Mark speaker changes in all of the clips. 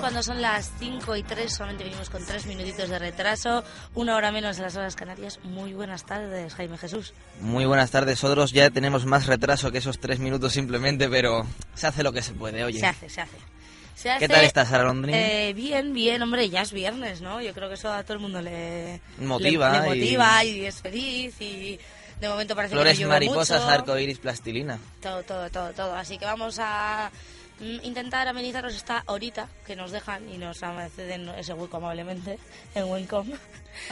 Speaker 1: cuando son las 5 y 3, solamente venimos con 3 minutitos de retraso, una hora menos en las horas canarias. Muy buenas tardes, Jaime Jesús.
Speaker 2: Muy buenas tardes, otros ya tenemos más retraso que esos 3 minutos simplemente, pero se hace lo que se puede, oye.
Speaker 1: Se hace, se hace. Se
Speaker 2: ¿Qué
Speaker 1: hace,
Speaker 2: tal estás, Alondrín?
Speaker 1: Eh, bien, bien, hombre, ya es viernes, ¿no? Yo creo que eso a todo el mundo le
Speaker 2: motiva,
Speaker 1: le, le motiva y... y es feliz y de momento parece
Speaker 2: Flores,
Speaker 1: que no
Speaker 2: mariposas,
Speaker 1: mucho.
Speaker 2: arcoiris, plastilina.
Speaker 1: Todo, todo, todo, todo. Así que vamos a mm, intentar amenizaros esta horita que nos dejan y nos acceden ese hueco amablemente en Wencom.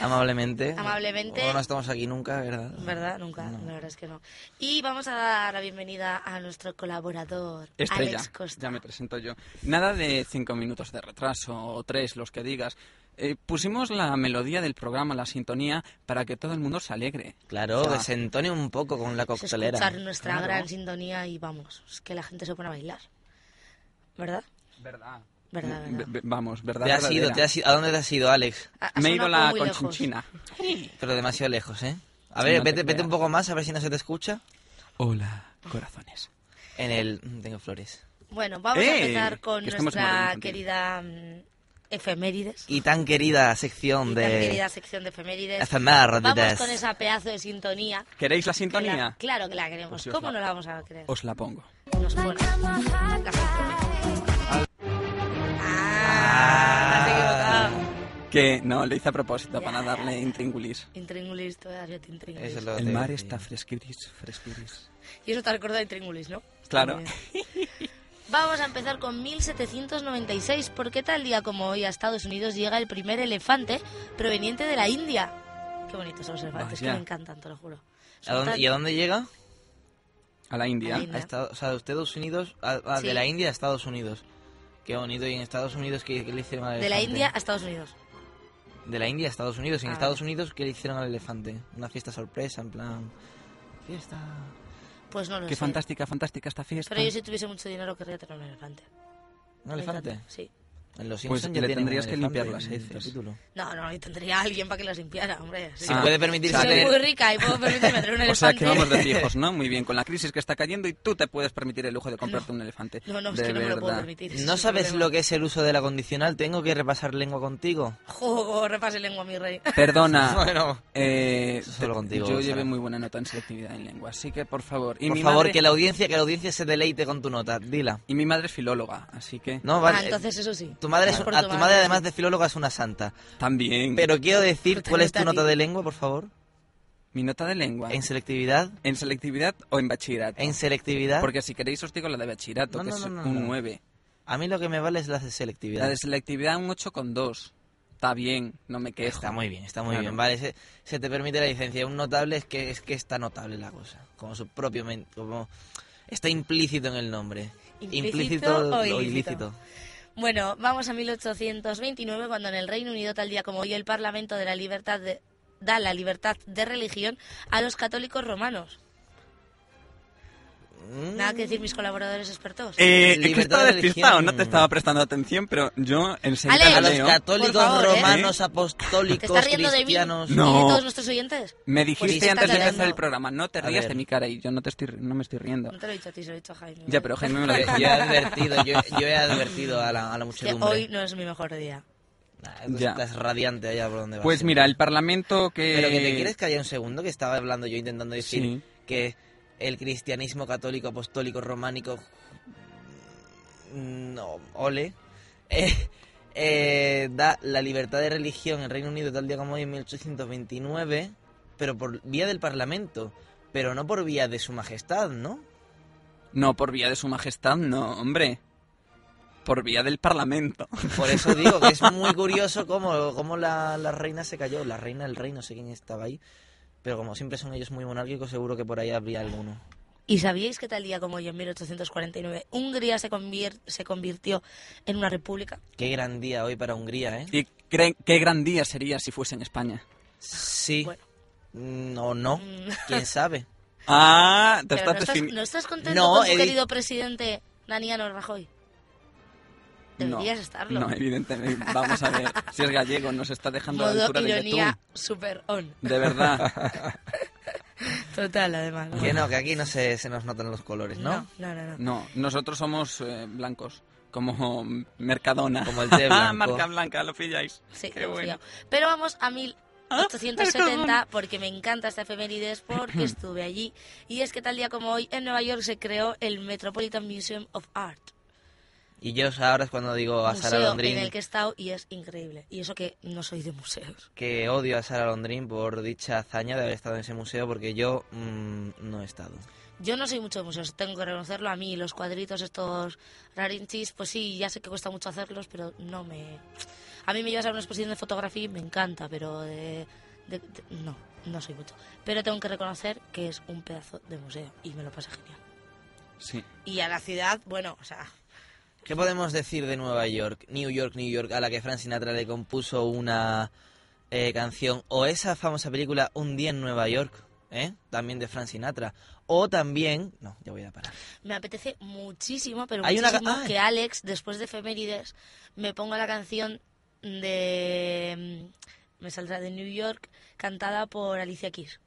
Speaker 2: Amablemente.
Speaker 1: amablemente.
Speaker 2: O no estamos aquí nunca, ¿verdad?
Speaker 1: ¿Verdad? Nunca, no. la verdad es que no. Y vamos a dar la bienvenida a nuestro colaborador,
Speaker 3: Estrella.
Speaker 1: Alex Costa.
Speaker 3: Ya me presento yo. Nada de cinco minutos de retraso o tres, los que digas. Eh, pusimos la melodía del programa, la sintonía, para que todo el mundo se alegre.
Speaker 2: Claro, o sea, desentone un poco con la coctelera.
Speaker 1: Escuchar nuestra
Speaker 2: claro.
Speaker 1: gran sintonía y vamos, es que la gente se pone a bailar. ¿Verdad?
Speaker 3: Verdad.
Speaker 1: Verdad, verdad.
Speaker 3: V vamos, verdad.
Speaker 2: Te has
Speaker 3: verdadera.
Speaker 2: ido, te has ido- ¿A dónde te has ido, Alex?
Speaker 1: Ha- ha
Speaker 3: Me he ido
Speaker 1: sonado
Speaker 3: la
Speaker 1: muy lejos.
Speaker 3: conchinchina.
Speaker 2: Pero demasiado lejos, ¿eh? A
Speaker 3: Sí,
Speaker 2: ver,
Speaker 3: no te
Speaker 2: vete, vete
Speaker 3: creas.
Speaker 2: un poco más, a ver si no se te escucha.
Speaker 3: Hola, corazones.
Speaker 2: En el... mm, Tengo flores.
Speaker 1: Bueno, vamos a
Speaker 3: ¡Eh!
Speaker 1: empezar con
Speaker 3: Que estamos
Speaker 1: nuestra
Speaker 3: en horario infantil.
Speaker 1: querida mm, efemérides.
Speaker 2: Y tan querida sección
Speaker 1: Y
Speaker 2: de...
Speaker 1: tan querida sección de efemérides.
Speaker 2: Efemérides.
Speaker 1: Vamos con esa pedazo de sintonía.
Speaker 3: ¿Queréis
Speaker 1: Que
Speaker 3: la
Speaker 1: la-
Speaker 3: sintonía?
Speaker 1: claro que la queremos.
Speaker 3: Pues sí, os
Speaker 1: ¿Cómo
Speaker 3: la-
Speaker 1: no la vamos a querer?
Speaker 3: Os la pongo.
Speaker 1: Nos pone. La sincronía.
Speaker 2: Ah.
Speaker 1: Ah, te has equivocado.
Speaker 3: Que no, le hice a propósito para darle intríngulis.
Speaker 1: Intríngulis, tú has dicho intríngulis.
Speaker 2: Eso es lo que
Speaker 3: El
Speaker 2: te-
Speaker 3: mar está fresquiris, fresquiris.
Speaker 1: Y eso te recuerda de intríngulis, ¿no?
Speaker 3: Claro.
Speaker 1: Muy bien. Vamos a empezar con 1796, porque tal día como hoy a Estados Unidos llega el primer elefante proveniente de la India. Qué bonitos son los elefantes,
Speaker 3: Vaya.
Speaker 1: que me encantan, te lo juro.
Speaker 2: ¿A
Speaker 1: Son
Speaker 2: dónde-
Speaker 1: tan-
Speaker 2: ¿Y a dónde llega?
Speaker 3: A la India.
Speaker 1: A la India.
Speaker 2: A Estados, o sea, de Estados Unidos, a- a-
Speaker 1: Sí.
Speaker 2: de la India a Estados Unidos. Qué bonito. ¿Y en Estados Unidos qué, qué le hicieron al
Speaker 1: De la
Speaker 2: elefante?
Speaker 1: India a Estados Unidos.
Speaker 2: De la India a Estados Unidos. ¿Y en
Speaker 1: Ah.
Speaker 2: Estados Unidos qué le hicieron al elefante? Una fiesta sorpresa, en plan... Fiesta...
Speaker 1: Pues no lo
Speaker 3: Qué
Speaker 1: sé.
Speaker 3: fantástica, fantástica esta fiesta.
Speaker 1: Pero yo si tuviese mucho dinero querría tener un elefante.
Speaker 2: ¿Un
Speaker 1: Me encanta,
Speaker 2: elefante?
Speaker 1: Sí.
Speaker 2: En los
Speaker 3: Pues
Speaker 2: Simpsons
Speaker 3: le
Speaker 2: ya tienen un
Speaker 3: tendrías que eh,
Speaker 2: elefante ¿eh?
Speaker 3: limpiar las
Speaker 2: en el
Speaker 3: heces.
Speaker 2: capítulo.
Speaker 1: No, no, y tendría a alguien para que las limpiara, hombre. Sí.
Speaker 2: Si
Speaker 3: Ah.
Speaker 2: puede
Speaker 1: Soy
Speaker 2: permitirse...
Speaker 1: muy rica y puedo permitirme tener un elefante.
Speaker 3: O sea que vamos de fijos, ¿no? Muy bien, con la crisis que está cayendo y tú te puedes permitir el lujo de comprarte un elefante.
Speaker 1: No, no, es
Speaker 3: De
Speaker 1: que no me lo puedo
Speaker 3: verdad.
Speaker 1: permitir. ese es
Speaker 2: ¿No
Speaker 1: el
Speaker 2: sabes
Speaker 1: problema.
Speaker 2: lo que es el uso de la condicional? Tengo que repasar lengua contigo.
Speaker 1: Juego, repase lengua, mi rey.
Speaker 3: Perdona.
Speaker 2: Bueno,
Speaker 3: eh,
Speaker 2: Eso solo
Speaker 3: te-
Speaker 2: contigo,
Speaker 3: Yo
Speaker 2: Sara.
Speaker 3: llevé muy buena nota en selectividad en lengua, así que por favor. Y
Speaker 2: por
Speaker 3: mi
Speaker 2: favor,
Speaker 3: madre-
Speaker 2: que la audiencia que la audiencia se deleite con tu nota. Dila.
Speaker 3: Y mi madre es filóloga, así que.
Speaker 2: No, vale.
Speaker 1: Ah, entonces eso sí.
Speaker 2: Tu madre, es,
Speaker 1: Ah, por
Speaker 2: a tu madre, además de filóloga, es una santa.
Speaker 3: También.
Speaker 2: Pero quiero decir,
Speaker 1: Pero
Speaker 2: ¿cuál es tu
Speaker 1: también
Speaker 2: nota
Speaker 1: a ti.
Speaker 2: de lengua, por favor?
Speaker 3: Mi nota de lengua.
Speaker 2: ¿En selectividad?
Speaker 3: ¿En selectividad o en bachillerato?
Speaker 2: ¿En selectividad?
Speaker 3: Porque si queréis os digo la de bachillerato,
Speaker 2: No,
Speaker 3: que
Speaker 2: no,
Speaker 3: es
Speaker 2: no, no,
Speaker 3: un
Speaker 2: no.
Speaker 3: 9.
Speaker 2: A mí lo que me vale es la de
Speaker 3: La
Speaker 2: selectividad.
Speaker 3: de selectividad un 8,2. Está bien, no me quejo.
Speaker 2: Está muy bien, está muy
Speaker 3: Claro.
Speaker 2: bien. Vale, se, se te permite la licencia. Un notable es que, es que está notable la cosa. Como su propio... men- Como, está implícito en el nombre.
Speaker 1: Implícito o ilícito.
Speaker 2: ilícito.
Speaker 1: Bueno, vamos a 1829, cuando en el Reino Unido, tal día como hoy, el Parlamento de la Libertad de- da la libertad de religión a los católicos romanos.
Speaker 2: Mm.
Speaker 1: Nada que decir mis colaboradores expertos.
Speaker 3: Eh, es que
Speaker 2: Libertad
Speaker 3: estaba
Speaker 2: de
Speaker 3: despistado, no
Speaker 2: religión.
Speaker 3: te estaba prestando atención, pero yo enseguida
Speaker 1: Ale.
Speaker 3: la
Speaker 2: A los
Speaker 3: leo.
Speaker 2: católicos,
Speaker 1: Por favor, ¿eh?
Speaker 2: romanos,
Speaker 1: ¿Te
Speaker 2: apostólicos,
Speaker 1: estás riendo de mí
Speaker 2: cristianos...
Speaker 1: y de
Speaker 3: No.
Speaker 1: todos nuestros oyentes?
Speaker 3: Me
Speaker 1: Pues
Speaker 3: dijiste
Speaker 1: está
Speaker 3: antes de
Speaker 1: tardando.
Speaker 3: empezar el programa, no te
Speaker 2: A
Speaker 3: rías
Speaker 2: ver.
Speaker 3: de mi cara y yo no te estoy, no me estoy riendo.
Speaker 1: No te lo he dicho a ti, se lo he dicho a Jaime.
Speaker 3: Ya, pero Jaime me lo
Speaker 2: Yo,
Speaker 3: decía.
Speaker 2: eh, yo he advertido, yo, yo he advertido a la, a la
Speaker 1: Es que
Speaker 2: muchedumbre.
Speaker 1: hoy no es mi mejor día.
Speaker 2: Nah, tú
Speaker 3: Ya.
Speaker 2: Estás radiante allá por donde vas. eh.
Speaker 3: Pues mira, el Parlamento que...
Speaker 2: Pero que te quieres callar un segundo, que estaba hablando yo intentando decir
Speaker 3: Eh, Sí.
Speaker 2: que el cristianismo católico, apostólico, románico... mm, No, ole. eh, eh, da la libertad de religión en Reino Unido tal día como hoy en 1829, pero por vía del Parlamento, pero no por vía de su majestad, ¿no?
Speaker 3: No, por vía de su majestad, no, hombre. Por vía del Parlamento.
Speaker 2: Por eso digo que es muy curioso cómo, cómo la, la reina se cayó, la reina del rey, no sé quién estaba ahí, pero como siempre son ellos muy monárquicos, seguro que por ahí habría alguno.
Speaker 1: ¿Y sabíais que tal día como hoy, en 1849, Hungría se, convier- se convirtió en una república?
Speaker 2: Qué gran día hoy para Hungría, ¿eh?
Speaker 3: ¿Y creen- qué gran día sería si fuese en España?
Speaker 2: Sí.
Speaker 1: Bueno.
Speaker 2: Mm, O no,
Speaker 1: Mm.
Speaker 2: quién sabe.
Speaker 3: Ah,
Speaker 1: Pero
Speaker 3: te estás
Speaker 1: ¿no, estás,
Speaker 3: defini-
Speaker 1: ¿No estás contento
Speaker 2: No,
Speaker 1: con tu
Speaker 2: he di-
Speaker 1: querido presidente Daniano Rajoy?
Speaker 3: No,
Speaker 1: Deberías estarlo.
Speaker 3: No, evidentemente. Vamos a ver. Si es gallego, nos está dejando a la
Speaker 1: Modo
Speaker 3: altura de
Speaker 1: ironía super on.
Speaker 3: De verdad.
Speaker 1: Total, además.
Speaker 2: Que no, que aquí no se, se nos notan los colores, ¿no?
Speaker 1: No, no, no. no.
Speaker 3: No, nosotros somos eh, blancos. Como Mercadona.
Speaker 2: Como el té blanco.
Speaker 3: Ah, marca blanca, lo pilláis.
Speaker 1: Sí,
Speaker 3: Qué
Speaker 1: hemos
Speaker 3: bueno. Ah,
Speaker 1: pillado. Pero vamos a 1870 porque me encanta esta efemérides porque estuve allí. Y es que tal día como hoy en Nueva York se creó el Metropolitan Museum of Art.
Speaker 2: Y yo ahora es cuando digo a Sara
Speaker 1: Museo
Speaker 2: Londrín
Speaker 1: en el que he estado y es increíble. Y eso que no soy de museos.
Speaker 2: que odio a Sara Londrín por dicha hazaña de haber estado en ese museo porque yo mm, no he estado.
Speaker 1: Yo no soy mucho de museos, tengo que reconocerlo. A mí los cuadritos estos rarinchis, pues sí, ya sé que cuesta mucho hacerlos, pero no me... A mí me llevas a una exposición de fotografía y me encanta, pero de- de- de- no, no soy mucho. Pero tengo que reconocer que es un pedazo de museo y me lo pasé genial.
Speaker 3: Sí.
Speaker 1: Y a la ciudad, bueno, o sea,
Speaker 2: ¿Qué podemos decir de Nueva York? New York, New York, a la que Frank Sinatra le compuso una eh, canción. O esa famosa película Un día en Nueva York, ¿eh? También de Frank Sinatra. O también... No, ya voy a parar.
Speaker 1: me apetece muchísimo, pero
Speaker 2: Hay una ca-
Speaker 1: muchísimo
Speaker 2: ¡Ay!
Speaker 1: que Alex, después de efemérides, me ponga la canción de... mm, Me saldrá de New York, cantada por Alicia Keys.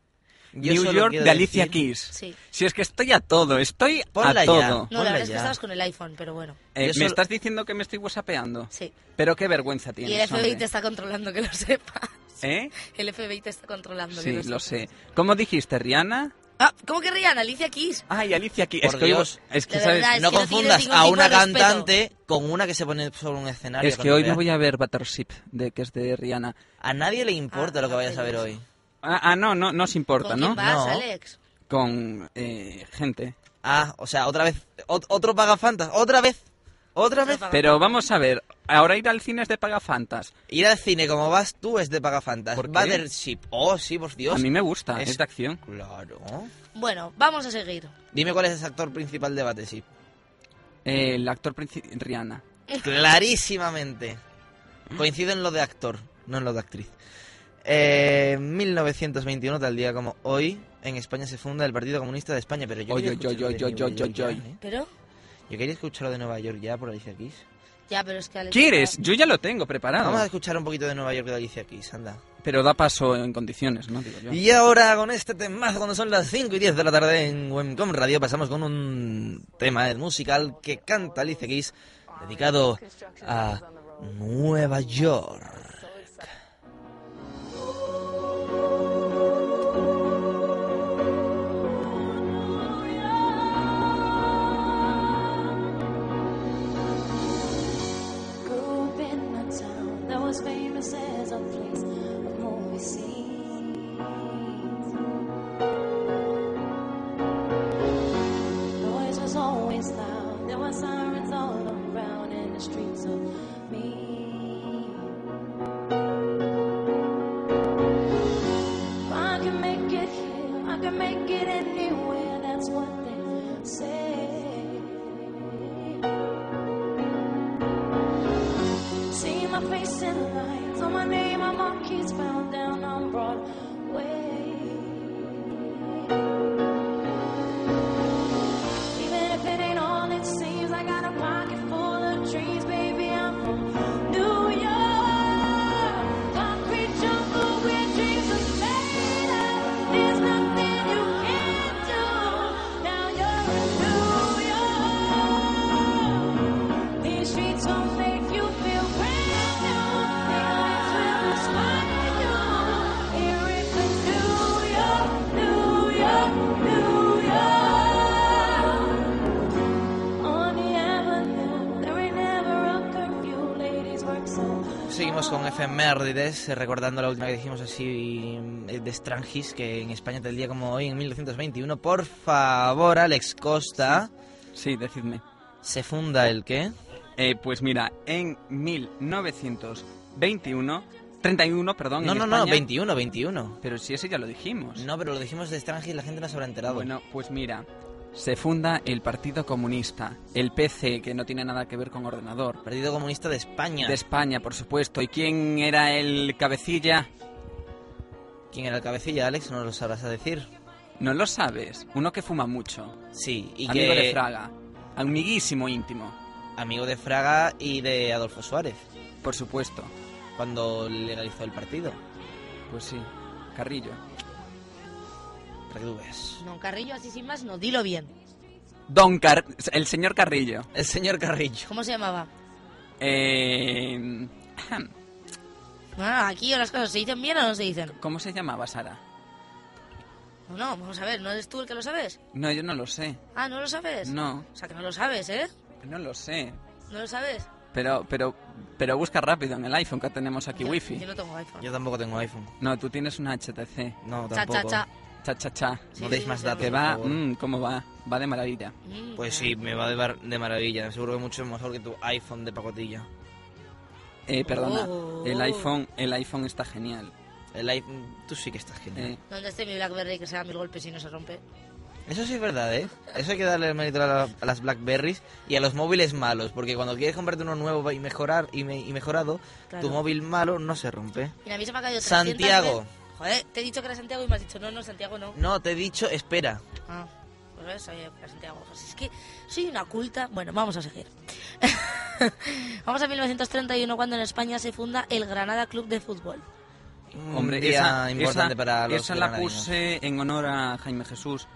Speaker 2: Yo
Speaker 3: New
Speaker 2: solo
Speaker 3: York
Speaker 2: quiero
Speaker 3: de Alicia
Speaker 2: decir-
Speaker 3: Keys.
Speaker 1: Sí,
Speaker 3: Si es que estoy a todo, estoy
Speaker 2: Ponla
Speaker 3: a
Speaker 2: ya.
Speaker 3: todo.
Speaker 1: No, la
Speaker 2: Ponla
Speaker 1: verdad es que
Speaker 2: ya.
Speaker 1: estabas con el iPhone, pero bueno,
Speaker 3: Eh,
Speaker 2: Yo
Speaker 3: me
Speaker 2: solo-
Speaker 3: estás diciendo que me estoy whatsappeando.
Speaker 1: sí.
Speaker 3: Pero qué vergüenza tienes.
Speaker 1: Y el FBI
Speaker 3: hombre.
Speaker 1: te está controlando, que lo sepas.
Speaker 3: ¿Eh?
Speaker 1: El FBI te está controlando. que
Speaker 3: Sí, lo
Speaker 1: sepas.
Speaker 3: sé. ¿Cómo dijiste, Rihanna?
Speaker 1: Ah, ¿Cómo que rían? Alicia Keys.
Speaker 3: Ay, Alicia Keys.
Speaker 2: Por
Speaker 3: Es que,
Speaker 2: Dios.
Speaker 3: es que,
Speaker 1: De
Speaker 3: ¿sabes?
Speaker 1: verdad, Es
Speaker 2: no
Speaker 1: que no tiene
Speaker 2: confundas
Speaker 1: ningún
Speaker 2: a
Speaker 1: tipo
Speaker 2: una
Speaker 1: de respeto.
Speaker 2: cantante con una que se pone sobre un escenario.
Speaker 3: Es que
Speaker 2: cuando
Speaker 3: hoy
Speaker 2: vea.
Speaker 3: me voy a ver Battleship, de que es de Rihanna.
Speaker 2: A nadie le importa
Speaker 1: Ah,
Speaker 2: lo que vayas a ver
Speaker 1: apenas.
Speaker 2: hoy.
Speaker 3: Ah, ah, no, no, no os importa,
Speaker 1: ¿Con
Speaker 3: ¿no?
Speaker 1: quién vas,
Speaker 2: No.
Speaker 1: Alex?
Speaker 3: Con eh, gente.
Speaker 2: Ah, o sea, otra vez. ot- otro Paga Fantas. Otra vez. ¿Otra vez?
Speaker 3: Pero vamos a ver, ahora ir al cine es de pagafantas.
Speaker 2: Ir al cine como vas tú es de pagafantas.
Speaker 3: ¿Por qué?
Speaker 2: Battleship. Oh, sí, por Dios.
Speaker 3: A mí me gusta, es,
Speaker 2: Es-
Speaker 3: de acción.
Speaker 2: Claro.
Speaker 1: Bueno, vamos a seguir.
Speaker 2: Dime cuál es el actor principal de Battleship.
Speaker 3: Eh, el actor principal, Rihanna.
Speaker 2: Clarísimamente. Coincido en lo de actor, no en lo de actriz. Eh, 1921, tal día como hoy, en España se funda el Partido Comunista de España, pero yo
Speaker 3: Oy,
Speaker 2: quería
Speaker 3: oy, oy,
Speaker 2: escucharlo de
Speaker 3: oy, oy,
Speaker 2: Nueva
Speaker 3: oy,
Speaker 2: York
Speaker 3: oy,
Speaker 2: ya,
Speaker 3: oy.
Speaker 2: ¿eh?
Speaker 1: ¿Pero?
Speaker 2: Yo quería escucharlo de Nueva York ya por Alicia Keys.
Speaker 1: Ya, pero es que Alex...
Speaker 3: ¿Quieres? Yo ya lo tengo
Speaker 2: Vamos a
Speaker 3: preparado.
Speaker 2: escuchar un poquito de Nueva York de Alicia Keys, anda.
Speaker 3: Pero da paso en condiciones, ¿no? Digo yo.
Speaker 2: Y ahora con este temazo, cuando son las 5 y 10 de la tarde en Wemcom Radio, pasamos con un tema del musical que canta Alicia Keys, dedicado a Nueva York.
Speaker 4: Grew up in a town that was famous as a place of movie scenes. Noise was always loud, there were sirens all around in the streets of me. If I can make it here, I can make it anywhere, that's what they say. See my face in lights, on my name, my monkeys bound down on Broadway. Even if it ain't all it seems, I got a pocket full of dreams, baby. I'm from New York. Concrete jungle where dreams are made of. There's nothing you can't do. Now you're in New York. These streets will make you feel brand new. Their lights will inspire you. Here is a New York, New York, New York. On the avenue, there ain't never a curfew. Ladies work so
Speaker 2: Seguimos con efemérides, eh, recordando la última que dijimos así eh, de Strangis, que en España tal día como hoy, en 1921. Por favor, Alex Costa,
Speaker 3: Sí, decidme.
Speaker 2: se funda el qué?
Speaker 3: Eh, pues mira, en 1921, 31, perdón.
Speaker 2: No,
Speaker 3: en
Speaker 2: no, no,
Speaker 3: España-
Speaker 2: 21, 21.
Speaker 3: Pero si ese ya lo dijimos.
Speaker 2: No, pero lo dijimos de Strangis, la gente no se habrá enterado.
Speaker 3: Bueno, pues mira, se funda el Partido Comunista, el PC, que no tiene nada que ver con ordenador.
Speaker 2: Partido Comunista de España.
Speaker 3: De España, por supuesto. ¿Y quién era el cabecilla?
Speaker 2: ¿Quién era el cabecilla, Alex? No lo sabrás a decir.
Speaker 3: No lo sabes. Uno que fuma mucho.
Speaker 2: Sí, y
Speaker 3: amigo
Speaker 2: que...
Speaker 3: de Fraga. Amiguísimo íntimo.
Speaker 2: Amigo de Fraga y de Adolfo Suárez,
Speaker 3: Por supuesto.
Speaker 2: cuando legalizó el partido.
Speaker 3: Pues sí. Carrillo.
Speaker 2: Para que tú veas.
Speaker 1: No, Carrillo, así sin más, no, dilo bien.
Speaker 3: Don Car... El señor Carrillo.
Speaker 2: El señor Carrillo.
Speaker 1: ¿Cómo se llamaba?
Speaker 3: Eh...
Speaker 1: Ah, aquí las cosas se dicen bien o no se dicen.
Speaker 3: ¿Cómo se llamaba Sara?
Speaker 1: No, no, vamos a ver, ¿no eres tú el que lo sabes?
Speaker 3: No, yo no lo sé.
Speaker 1: Ah, ¿no lo sabes?
Speaker 3: No,
Speaker 1: O sea, que no lo sabes, ¿eh?
Speaker 3: no lo sé.
Speaker 1: ¿No lo sabes?
Speaker 3: Pero, pero, pero busca rápido en el iPhone que tenemos aquí
Speaker 1: Yo-
Speaker 3: wifi.
Speaker 1: Yo no tengo iPhone.
Speaker 2: Yo tampoco tengo iPhone.
Speaker 3: No, tú tienes una HTC.
Speaker 2: No,
Speaker 1: Cha,
Speaker 2: tampoco.
Speaker 1: cha, cha.
Speaker 3: Cha, cha, cha.
Speaker 1: Sí,
Speaker 2: No deis
Speaker 1: sí,
Speaker 2: más
Speaker 1: lo
Speaker 2: datos.
Speaker 3: Que
Speaker 1: tengo.
Speaker 2: por
Speaker 3: va,
Speaker 2: favor.
Speaker 3: mm, ¿cómo va? Va de maravilla.
Speaker 1: Mm,
Speaker 2: Pues
Speaker 1: vale.
Speaker 2: sí, me va de, bar- de maravilla. Seguro que mucho mejor que tu iPhone de pacotilla.
Speaker 3: Eh, perdona,
Speaker 1: Oh.
Speaker 3: el iPhone, el iPhone está genial.
Speaker 2: El iPhone... Tú sí que estás genial.
Speaker 3: Eh,
Speaker 1: ¿Dónde esté mi BlackBerry que se da mil golpes y no se rompe?
Speaker 2: Eso sí es verdad, ¿eh? Eso hay que darle el mérito a, la- a las Blackberries y a los móviles malos. Porque cuando quieres comprarte uno nuevo y mejorar y, me- y mejorado,
Speaker 1: Claro.
Speaker 2: tu móvil malo no se rompe.
Speaker 1: Mira, a mí se me ha caído 300
Speaker 2: Santiago.
Speaker 1: veces. Joder, te he dicho que era Santiago y me has dicho, no, no, Santiago no.
Speaker 2: No, te he dicho... Espera.
Speaker 1: Ah, pues ves, sabía que era Santiago. Pues es que soy una culta. Bueno, vamos a seguir. vamos a 1931, cuando en España se funda el Granada Club de Fútbol.
Speaker 2: Un
Speaker 3: hombre,
Speaker 2: día
Speaker 3: esa,
Speaker 2: Mm, importante
Speaker 3: esa-
Speaker 2: para los
Speaker 3: esa la
Speaker 2: granadinos.
Speaker 3: puse en honor a Jaime Jesús,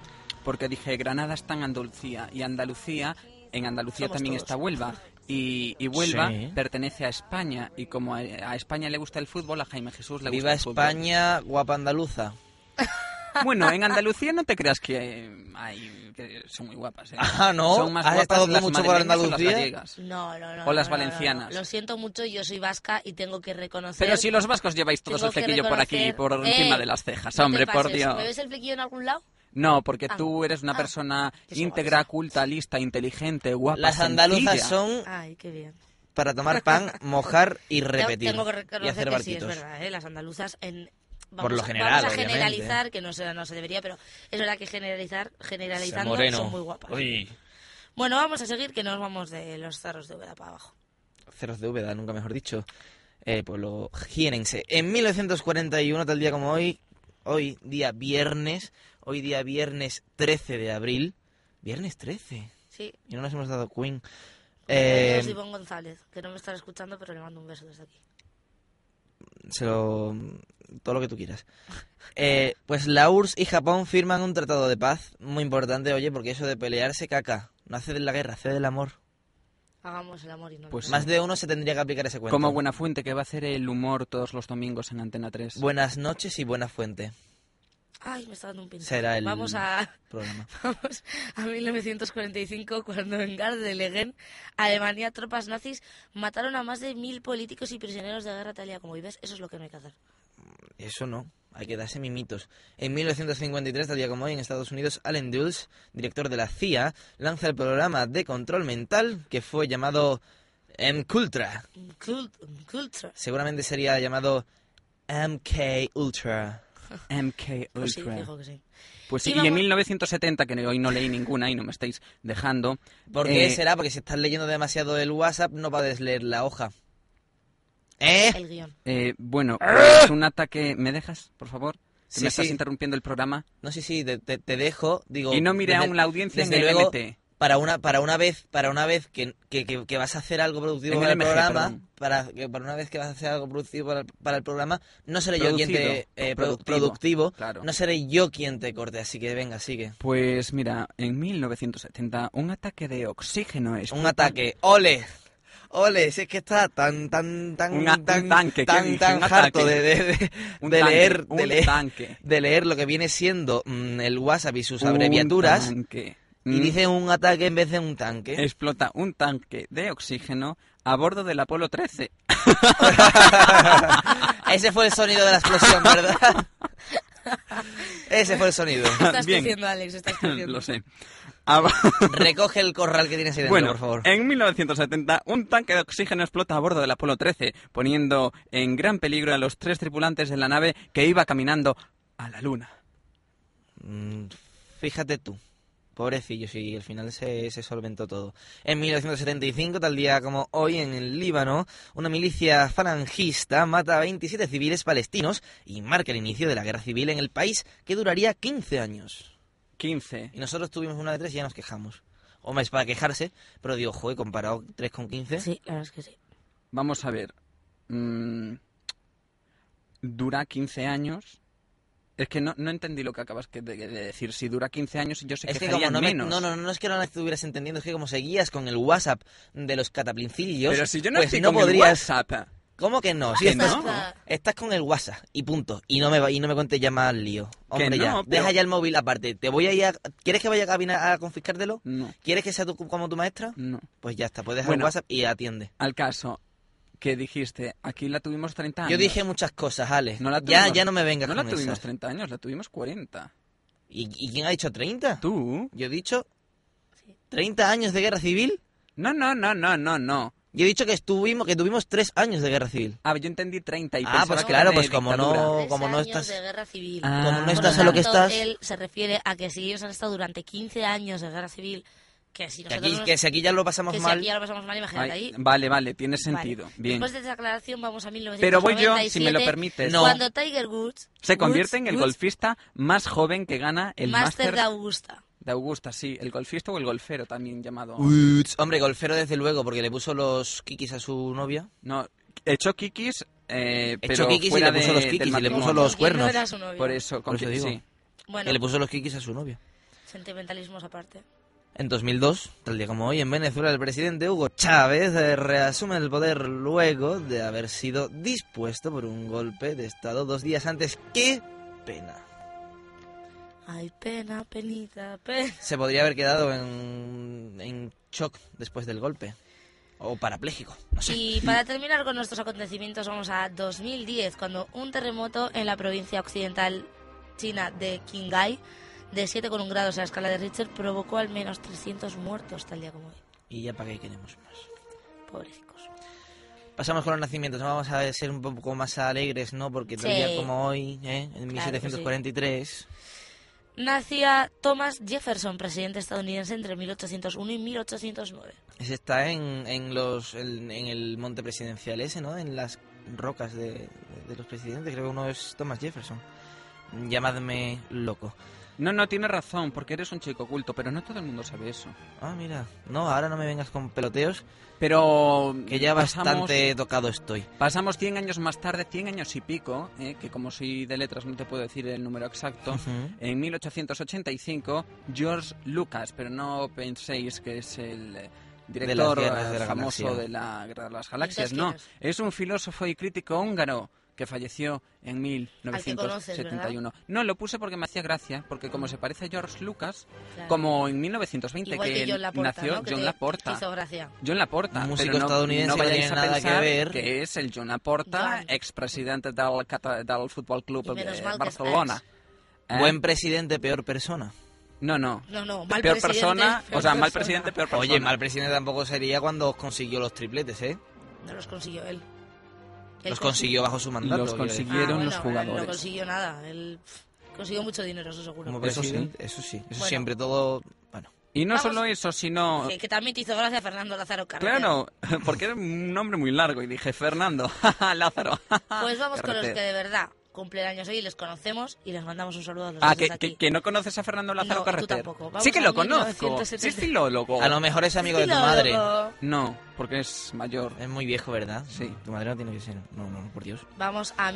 Speaker 3: porque dije Granada está en Andalucía y Andalucía, en Andalucía
Speaker 1: Somos
Speaker 3: también
Speaker 1: todos.
Speaker 3: está Huelva y, y Huelva
Speaker 2: Sí.
Speaker 3: pertenece a España y como a, a España le gusta el fútbol, a Jaime Jesús le
Speaker 2: Viva
Speaker 3: gusta el fútbol.
Speaker 2: España, guapa andaluza.
Speaker 3: Bueno, en Andalucía no te creas que eh, hay que son muy guapas. ¿eh?
Speaker 2: Ah, ¿no?
Speaker 3: Son más
Speaker 2: ¿Has
Speaker 3: guapas
Speaker 2: estado tú
Speaker 3: las
Speaker 2: mucho por
Speaker 3: madrileñas o las
Speaker 2: Andalucía?
Speaker 3: gallegas.
Speaker 1: No, no, no.
Speaker 3: O
Speaker 1: no,
Speaker 3: las
Speaker 1: no, no, no.
Speaker 3: valencianas.
Speaker 1: Lo siento mucho, yo soy vasca y tengo que reconocer.
Speaker 3: Pero si los vascos lleváis todos
Speaker 1: tengo
Speaker 3: el
Speaker 1: que
Speaker 3: flequillo por aquí,
Speaker 1: reconocer-
Speaker 3: por
Speaker 1: ¡Eh!
Speaker 3: encima de las cejas,
Speaker 1: No te
Speaker 3: hombre, por
Speaker 1: pases.
Speaker 3: Dios.
Speaker 1: ¿Me ves el flequillo en algún lado?
Speaker 3: No, porque
Speaker 1: Ah.
Speaker 3: tú eres una
Speaker 1: Ah.
Speaker 3: persona
Speaker 1: Eso,
Speaker 3: íntegra,
Speaker 1: eso.
Speaker 3: culta, lista, inteligente, guapa.
Speaker 2: Las andaluzas
Speaker 3: sencilla.
Speaker 2: son
Speaker 1: Ay, qué bien.
Speaker 2: para tomar pan, mojar y
Speaker 1: Te-
Speaker 2: repetir.
Speaker 1: Tengo que
Speaker 2: y hacer
Speaker 1: reconocer que sí, es
Speaker 2: barquitos.
Speaker 1: verdad, ¿eh? las andaluzas en...
Speaker 2: Por lo
Speaker 1: a-
Speaker 2: general,
Speaker 1: vamos a
Speaker 2: obviamente.
Speaker 1: generalizar, que no se, no se debería, pero es verdad que generalizar, generalizando son muy guapas.
Speaker 2: Uy,
Speaker 1: Bueno, vamos a seguir, que nos vamos de los zarros de Úbeda para abajo.
Speaker 2: ceros de Úbeda, nunca mejor dicho. Eh, pueblo jienense. En 1941, tal día como hoy, hoy día viernes, hoy día viernes 13 de abril. Viernes 13.
Speaker 1: Sí.
Speaker 2: Y no nos hemos dado Queen.
Speaker 1: Eh...
Speaker 2: Eh,
Speaker 1: Ivonne González, que no me estará escuchando, pero le mando un beso desde aquí.
Speaker 2: se lo- todo lo que tú quieras. Eh, pues la URSS y Japón firman un tratado de paz muy importante, oye, porque eso de pelearse caca, no hace de la guerra, hace del amor.
Speaker 1: Hagamos el amor y no
Speaker 3: Pues
Speaker 1: pues
Speaker 3: sí.
Speaker 2: Más de uno se tendría que aplicar ese cuento.
Speaker 3: Como buena fuente que va a hacer el humor todos los domingos en Antena 3.
Speaker 2: Buenas noches y buena fuente.
Speaker 1: Ay, me está dando un pinchazo.
Speaker 2: Será el
Speaker 1: Vamos a...
Speaker 2: programa.
Speaker 1: Vamos a 1945, cuando en Gardelegen, Alemania, tropas nazis mataron a más de mil políticos y prisioneros de guerra tal y como vives. Eso es lo que no hay que hacer.
Speaker 2: Eso no, hay que darse mimitos. En 1953, tal día como hoy, en Estados Unidos, Allen Dulles, director de la CIA, lanza el programa de control mental que fue llamado MKUltra.
Speaker 1: Cult- Culture.
Speaker 2: Seguramente sería llamado MK Ultra.
Speaker 3: MK
Speaker 1: Pues sí,
Speaker 3: Ultra.
Speaker 1: fijo que sí.
Speaker 3: Pues
Speaker 1: Y
Speaker 3: sí, y
Speaker 1: vamos-
Speaker 3: en 1970, que hoy no leí ninguna y no me estáis dejando.
Speaker 2: ¿Por qué
Speaker 3: eh,
Speaker 2: será? Porque si estás leyendo demasiado el WhatsApp no puedes leer la hoja. ¿Eh?
Speaker 1: El guión.
Speaker 3: eh, bueno, es un ataque. ¿Me dejas, por favor? Que
Speaker 2: ¡Ah! Sí,
Speaker 3: me estás
Speaker 2: sí.
Speaker 3: interrumpiendo el programa.
Speaker 2: No sé si te, te- te dejo, digo...
Speaker 3: y no mire
Speaker 2: desde-
Speaker 3: aún la audiencia en
Speaker 2: desde
Speaker 3: el
Speaker 2: luego,
Speaker 3: MT.
Speaker 2: Para una, para una vez, para una vez que, que- que- que vas a hacer algo productivo
Speaker 3: En
Speaker 2: para el
Speaker 3: LMG,
Speaker 2: programa,
Speaker 3: perdón.
Speaker 2: para, que para una vez que vas a hacer algo productivo para, el- para el programa, no seré yo quien te...
Speaker 3: Producido,
Speaker 2: eh, pro-
Speaker 3: productivo,
Speaker 2: productivo,
Speaker 3: claro.
Speaker 2: no seré yo quien te corte, así que venga, sigue.
Speaker 3: Pues mira, en 1970, un ataque de oxígeno es.
Speaker 2: Un ataque, ole, ole, si es que está tan, tan, tan,
Speaker 3: Un a- un
Speaker 2: tan,
Speaker 3: tanque, ¿qué
Speaker 2: tan,
Speaker 3: dije?
Speaker 2: tan
Speaker 3: Un
Speaker 2: harto
Speaker 3: ataque.
Speaker 2: de, de- de-
Speaker 3: Un
Speaker 2: de
Speaker 3: tanque,
Speaker 2: leer, de
Speaker 3: un
Speaker 2: leer,
Speaker 3: tanque.
Speaker 2: de leer lo que viene siendo mm, el WhatsApp y sus
Speaker 3: Un
Speaker 2: abreviaturas,
Speaker 3: tanque.
Speaker 2: y
Speaker 3: Mm.
Speaker 2: dice un ataque en vez de un tanque.
Speaker 3: explota un tanque de oxígeno a bordo del Apolo 13.
Speaker 2: Ese fue el sonido de la explosión, ¿verdad? Ese fue el sonido.
Speaker 1: Estás
Speaker 3: Bien.
Speaker 1: diciendo, Alex, estás diciendo.
Speaker 3: Lo sé. A bo-
Speaker 2: Recoge el corral que tienes ahí dentro,
Speaker 3: Bueno, eh.
Speaker 2: por favor.
Speaker 3: en 1970 un tanque de oxígeno explota a bordo del Apolo 13, poniendo en gran peligro a los tres tripulantes de la nave que iba caminando a la Luna.
Speaker 2: Mm, Fíjate tú. Pobrecillo, sí, al final se, se solventó todo. En 1975, tal día como hoy en el Líbano, una milicia falangista mata a 27 civiles palestinos y marca el inicio de la guerra civil en el país que duraría 15 años.
Speaker 3: 15.
Speaker 2: Y nosotros tuvimos una de tres y ya nos quejamos. O más para quejarse, pero digo, joder, comparado 3 con 15.
Speaker 1: Sí, la verdad es que sí.
Speaker 3: Vamos a ver. Mm, dura 15 años. Es que no, no entendí lo que acabas que de, de decir. Si dura 15 años, yo sé
Speaker 2: Es que como
Speaker 3: quejarían
Speaker 2: no, me-
Speaker 3: menos.
Speaker 2: no, no, no es que no la estuvieras entendiendo, es que como seguías con el WhatsApp de los cataplincillos,
Speaker 3: Pero si yo no
Speaker 2: pues
Speaker 3: estoy
Speaker 2: no
Speaker 3: con el
Speaker 2: podrías.
Speaker 3: WhatsApp.
Speaker 2: ¿Cómo que no? Si
Speaker 3: Que
Speaker 2: estás,
Speaker 3: no.
Speaker 2: estás con el WhatsApp y punto. Y no me va- y no me cuentes ya más lío. Hombre,
Speaker 3: no,
Speaker 2: ya.
Speaker 3: pero-
Speaker 2: Deja ya el móvil aparte. Te voy a ir a- ¿Quieres que vaya a cabina a confiscártelo?
Speaker 3: No,
Speaker 2: ¿Quieres que sea tú como tu maestra?
Speaker 3: no.
Speaker 2: Pues ya está, puedes dejar
Speaker 3: Bueno.
Speaker 2: el WhatsApp y atiende.
Speaker 3: Al caso que dijiste, aquí la tuvimos 30 años.
Speaker 2: Yo dije muchas cosas, Ale.
Speaker 3: Ah, No la
Speaker 2: ya,
Speaker 3: tuvimos-
Speaker 2: ya no me vengas
Speaker 3: No la
Speaker 2: con
Speaker 3: tuvimos
Speaker 2: esas.
Speaker 3: 30 años, la tuvimos 40.
Speaker 2: ¿Y, y quién ha dicho 30?
Speaker 3: ¿Tú?
Speaker 2: Yo he dicho
Speaker 1: Sí.
Speaker 2: 30 años de guerra civil.
Speaker 3: No, no, no, no, no, no.
Speaker 2: Yo he dicho que estuvimos, que tuvimos tres años de guerra civil.
Speaker 3: Ah, yo entendí 30 y
Speaker 2: Ah,
Speaker 3: pensaba
Speaker 2: pues
Speaker 3: que
Speaker 2: claro,
Speaker 3: era
Speaker 2: pues
Speaker 3: de
Speaker 2: como
Speaker 3: dictadura.
Speaker 2: no,
Speaker 1: Tres
Speaker 2: como no
Speaker 1: años
Speaker 2: estás,
Speaker 1: de guerra civil.
Speaker 3: Ah.
Speaker 2: como no
Speaker 3: Por
Speaker 2: estás
Speaker 1: Por
Speaker 2: a lo que
Speaker 1: tanto,
Speaker 2: estás,
Speaker 1: Él se refiere a que si ellos han estado durante 15 años de guerra civil, que si
Speaker 2: que
Speaker 1: nosotros
Speaker 2: aquí,
Speaker 1: nos-
Speaker 2: que si aquí ya lo
Speaker 1: que
Speaker 2: pasamos
Speaker 1: si
Speaker 2: mal,
Speaker 1: aquí ya lo pasamos mal, imagínate
Speaker 3: Ay,
Speaker 1: ahí.
Speaker 3: vale, vale, tiene
Speaker 1: Vale.
Speaker 3: sentido. Bien.
Speaker 1: Después de esa aclaración vamos a 1997.
Speaker 3: Pero voy yo, si me lo permites.
Speaker 2: No.
Speaker 1: Cuando Tiger Woods
Speaker 3: Se convierte en el
Speaker 1: golfista
Speaker 3: golfista más joven que gana el
Speaker 1: Master
Speaker 3: Master
Speaker 1: de Augusta.
Speaker 3: de Augusta, sí. El golfista o el golfero también llamado.
Speaker 2: Uts. Hombre, golfero desde luego, porque le puso los kikis a su novia.
Speaker 3: No, echó kikis, eh,
Speaker 2: Echó
Speaker 3: pero
Speaker 2: kikis y
Speaker 3: fuera
Speaker 2: le puso
Speaker 3: de-
Speaker 2: los kikis
Speaker 3: del
Speaker 2: y le puso
Speaker 3: matrimonio.
Speaker 2: los
Speaker 1: Y
Speaker 2: cuernos.
Speaker 1: No era su novio.
Speaker 3: Por eso,
Speaker 2: Por
Speaker 3: con
Speaker 2: eso
Speaker 3: que-
Speaker 2: digo.
Speaker 3: sí.
Speaker 1: Bueno,
Speaker 2: Que le puso los kikis a su novia.
Speaker 1: sentimentalismos aparte.
Speaker 2: En 2002, tal día como hoy, en Venezuela, el presidente Hugo Chávez eh, reasume el poder luego de haber sido dispuesto por un golpe de Estado dos días antes. ¡Qué pena!
Speaker 1: Ay, pena, penita, pena.
Speaker 2: Se podría haber quedado en, en shock después del golpe. O parapléjico, no sé.
Speaker 1: Y para terminar con nuestros acontecimientos vamos a 2010, cuando un terremoto en la provincia occidental china de Qinghai de 7,1 grados en la escala de Richter provocó al menos 300 muertos tal día como hoy.
Speaker 2: Y ya para qué queremos más.
Speaker 1: Pobrecicos.
Speaker 2: Pasamos con los nacimientos, ¿no? vamos a ser un poco más alegres, ¿no? Porque tal día
Speaker 1: Sí.
Speaker 2: como hoy, ¿eh? en
Speaker 1: Claro que sí.
Speaker 2: 1743,
Speaker 1: Nacía Thomas Jefferson, presidente estadounidense entre 1801 y 1809.
Speaker 2: ese está en, en los en, en el monte presidencial ese, ¿no? En las rocas de, de los presidentes, creo que uno es Thomas Jefferson. Llamadme loco.
Speaker 3: No, no, tienes razón, porque eres un chico oculto, pero no todo el mundo sabe eso.
Speaker 2: Ah, mira, no, ahora no me vengas con peloteos,
Speaker 3: Pero...
Speaker 2: que ya
Speaker 3: pasamos-
Speaker 2: bastante tocado estoy.
Speaker 3: Pasamos 100 años más tarde, 100 años y pico, eh, que como soy de letras no te puedo decir el número exacto.
Speaker 2: Ujú.
Speaker 3: En 1885, George Lucas, pero no penséis que es el eh, director
Speaker 2: Guerras de
Speaker 3: eh,
Speaker 2: la
Speaker 3: famoso
Speaker 2: Galaxia.
Speaker 3: de la Guerra de las Galaxias, no.
Speaker 1: Entonces,
Speaker 3: Es un filósofo y crítico húngaro que falleció en
Speaker 1: que conoces,
Speaker 3: 1971. no, lo puse porque me hacía gracia, porque como se parece a George Lucas,
Speaker 1: Claro.
Speaker 3: como en 1920
Speaker 1: Igual que, John Laporta,
Speaker 3: nació
Speaker 1: ¿no? Que
Speaker 3: John
Speaker 1: te
Speaker 3: Laporta.
Speaker 1: Hizo gracia.
Speaker 3: John Laporta,
Speaker 2: Un
Speaker 3: pero
Speaker 2: músico
Speaker 3: no-
Speaker 2: estadounidense
Speaker 3: no
Speaker 2: que no
Speaker 3: vayáis
Speaker 2: tiene
Speaker 3: a
Speaker 2: nada que
Speaker 3: pensar
Speaker 2: ver.
Speaker 3: que es el John Laporta,
Speaker 1: John.
Speaker 3: expresidente del, Cata- del Fútbol Club
Speaker 1: Y menos
Speaker 3: de
Speaker 1: mal que es
Speaker 3: Barcelona.
Speaker 1: ex.
Speaker 3: ¿Eh?
Speaker 2: Buen presidente, peor persona.
Speaker 3: No, no.
Speaker 1: No, no, mal
Speaker 3: peor
Speaker 1: presidente,
Speaker 3: persona,
Speaker 1: peor
Speaker 3: o sea, mal
Speaker 1: persona.
Speaker 3: presidente, peor persona.
Speaker 2: Oye, mal presidente tampoco sería cuando consiguió los tripletes, ¿eh?
Speaker 1: No los consiguió él. Él
Speaker 2: Los consiguió bajo su mandato.
Speaker 3: Los
Speaker 2: quiero decir.
Speaker 1: Ah,
Speaker 3: consiguieron los
Speaker 1: bueno, él
Speaker 3: jugadores.
Speaker 1: No consiguió nada. Él pff, consiguió mucho dinero, eso seguro.
Speaker 2: Como
Speaker 3: Eso sí. ¿eh?
Speaker 2: presidente, eso sí. Eso
Speaker 1: Bueno.
Speaker 2: siempre todo. Bueno,
Speaker 3: Y no
Speaker 1: Vamos.
Speaker 3: solo eso, sino...
Speaker 1: Que, que también te hizo gracia Fernando Lázaro Carretera.
Speaker 3: Claro, porque era un nombre muy largo y dije, Fernando, Lázaro.
Speaker 1: Pues vamos con los que
Speaker 3: Carretera.
Speaker 1: de verdad cumplen años hoy, les conocemos y les mandamos un saludo a los
Speaker 3: Ah,
Speaker 1: dos
Speaker 3: que,
Speaker 1: desde
Speaker 3: que-
Speaker 1: aquí.
Speaker 3: que no conoces a Fernando Lázaro
Speaker 1: No, tú
Speaker 3: Carretero.
Speaker 1: tampoco. Vamos
Speaker 3: sí que
Speaker 1: a
Speaker 3: lo conozco.
Speaker 1: 1970.
Speaker 3: Sí, es filólogo.
Speaker 2: a lo mejor es amigo de tu
Speaker 1: Sí,
Speaker 2: madre.
Speaker 1: luego.
Speaker 3: No, porque es mayor.
Speaker 2: Es muy viejo, ¿verdad?
Speaker 3: Sí.
Speaker 2: Tu madre no tiene que ser. No, no, por Dios.
Speaker 1: Vamos a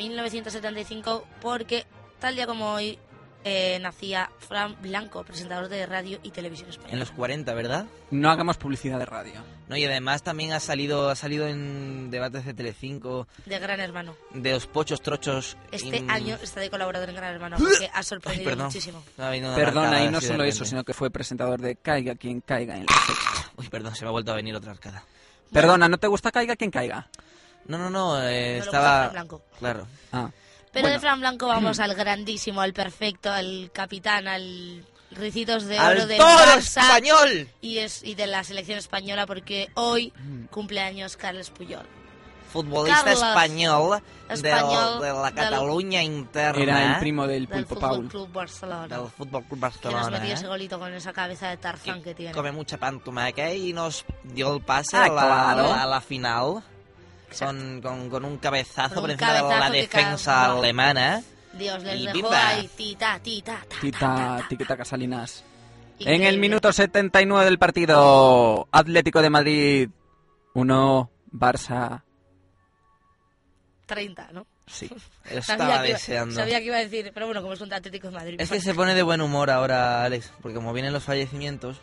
Speaker 1: 1975 porque tal día como hoy eh, nacía Fran Blanco, presentador de radio y televisión
Speaker 2: En
Speaker 1: española.
Speaker 2: los 40, ¿verdad?
Speaker 3: No hagamos publicidad de radio.
Speaker 2: No, y además también ha salido ha salido en debates de Telecinco
Speaker 1: De Gran Hermano.
Speaker 2: de los pochos trochos.
Speaker 1: Este
Speaker 2: in-
Speaker 1: año está de colaborador en Gran Hermano, porque ha
Speaker 2: Ay,
Speaker 1: sorprendido
Speaker 2: perdón.
Speaker 1: muchísimo.
Speaker 2: Me ha venido una
Speaker 3: Perdona,
Speaker 2: arcada
Speaker 3: y no
Speaker 2: así de
Speaker 3: solo eso,
Speaker 2: repente.
Speaker 3: sino que fue presentador de Caiga quien caiga en la sexta.
Speaker 2: Uy, perdón, se me ha vuelto a venir otra arcada.
Speaker 3: Perdona, ¿no te gusta Caiga quien caiga?
Speaker 2: No, no, no, eh,
Speaker 1: No le gusta
Speaker 2: estaba.
Speaker 1: Fran Blanco.
Speaker 2: Claro.
Speaker 3: Ah.
Speaker 1: Pero
Speaker 3: Bueno.
Speaker 1: de Fran Blanco vamos al grandísimo, al perfecto, al capitán, al Ricitos de Oro
Speaker 2: ¡Al
Speaker 1: del
Speaker 2: toro
Speaker 1: Barça
Speaker 2: español!
Speaker 1: y, es, y de la selección española porque hoy
Speaker 2: Mm.
Speaker 1: cumpleaños Carles Puyol.
Speaker 2: Futbolista
Speaker 1: Carlos
Speaker 2: español, de-
Speaker 1: Español
Speaker 2: de, la
Speaker 1: del-
Speaker 2: Cataluña interna. ¿eh?
Speaker 3: Era el primo del
Speaker 1: Del
Speaker 3: Pulpo
Speaker 1: Fútbol
Speaker 3: Paul.
Speaker 1: Club Barcelona.
Speaker 2: del Fútbol Club
Speaker 1: que nos
Speaker 2: Barcelona.
Speaker 1: metió
Speaker 2: ¿eh?
Speaker 1: ese golito con esa cabeza de Tarzán que, tiene.
Speaker 2: Come mucha pan tumaca y nos dio el pase
Speaker 3: Ah,
Speaker 2: a, la,
Speaker 3: claro.
Speaker 2: a la final
Speaker 1: Exacto.
Speaker 2: con, con- con un cabezazo
Speaker 1: Con un
Speaker 2: por encima de la
Speaker 1: cabezazo que
Speaker 2: defensa
Speaker 1: cada-
Speaker 2: alemana.
Speaker 1: Dios, les
Speaker 2: Y
Speaker 1: dejó
Speaker 2: bimba.
Speaker 1: ahí, tita, tita, ta, ta,
Speaker 3: Tita,
Speaker 1: ta, ta.
Speaker 3: tiquita Casalinas. En
Speaker 1: Increíble.
Speaker 3: el minuto 79 del partido, Atlético de Madrid 1, Barça
Speaker 1: 30, ¿no?
Speaker 2: Sí, lo estaba
Speaker 1: que iba-
Speaker 2: deseando.
Speaker 1: sabía que iba a decir, pero bueno, como es un Atlético de Madrid.
Speaker 2: Es que se pone de buen humor ahora, Alex, porque como vienen los fallecimientos,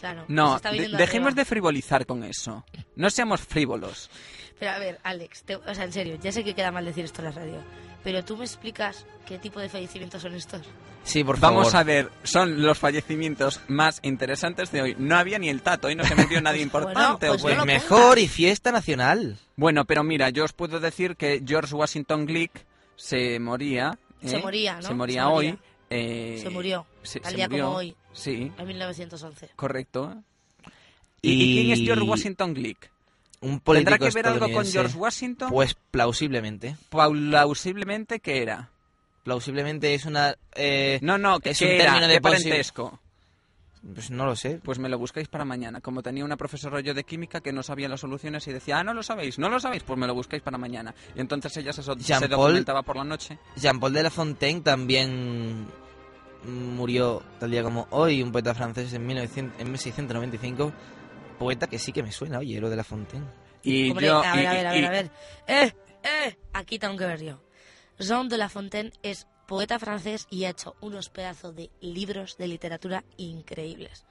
Speaker 1: Claro, se
Speaker 3: No,
Speaker 1: está
Speaker 3: de-
Speaker 1: viniendo
Speaker 3: dejemos
Speaker 1: arriba.
Speaker 3: de frivolizar con eso. No seamos frívolos.
Speaker 1: Pero a ver, Alex, te- o sea, en serio, ya sé que queda mal decir esto en la radio, pero tú me explicas qué tipo de fallecimientos son estos.
Speaker 2: sí, por favor.
Speaker 3: Vamos a ver, son los fallecimientos más interesantes de hoy. No había ni el tato, hoy no se murió nadie
Speaker 1: Bueno,
Speaker 3: importante.
Speaker 1: pues
Speaker 3: ¿o qué?
Speaker 1: no
Speaker 2: Pues
Speaker 1: lo
Speaker 2: mejor y fiesta nacional.
Speaker 3: Bueno, pero mira, yo os puedo decir que George Washington Glick se moría. ¿eh?
Speaker 1: Se moría, ¿no?
Speaker 3: Se moría
Speaker 1: Se
Speaker 3: hoy.
Speaker 1: moría.
Speaker 3: eh,
Speaker 1: se murió,
Speaker 3: se-
Speaker 1: tal
Speaker 3: se
Speaker 1: día
Speaker 3: murió,
Speaker 1: como hoy,
Speaker 3: Sí,
Speaker 1: en 1911.
Speaker 3: correcto. ¿Y, y quién es George Washington Glick?
Speaker 2: Un político
Speaker 3: ¿Tendrá que ver algo con
Speaker 2: estadounidense.
Speaker 3: George Washington?
Speaker 2: Pues plausiblemente.
Speaker 3: Plausiblemente que era.
Speaker 2: Plausiblemente es una... eh,
Speaker 3: No, no, que,
Speaker 2: Es
Speaker 3: que
Speaker 2: un
Speaker 3: era,
Speaker 2: término de
Speaker 3: ¿qué
Speaker 2: posi-
Speaker 3: parentesco.
Speaker 2: Pues no lo sé.
Speaker 3: Pues me lo buscáis para mañana. Como tenía una profesora yo de química que no sabía las soluciones y decía, ah, no lo sabéis, no lo sabéis, pues me lo buscáis para mañana. Y entonces ella se, so- se
Speaker 2: Jean-Paul-
Speaker 3: documentaba por la noche.
Speaker 2: Jean-Paul de La Fontaine también murió tal día como hoy, un poeta francés en, 1900 en 1695. Poeta que sí que me suena, oye, lo de La Fontaine.
Speaker 3: Y
Speaker 1: Hombre,
Speaker 3: yo.
Speaker 1: a
Speaker 3: y-
Speaker 1: ver, a ver, a
Speaker 3: y-
Speaker 1: ver, a ver. ¡Eh! ¡Eh! Aquí tengo que ver yo. Jean de La Fontaine es poeta francés y ha hecho unos pedazos de libros de literatura increíbles.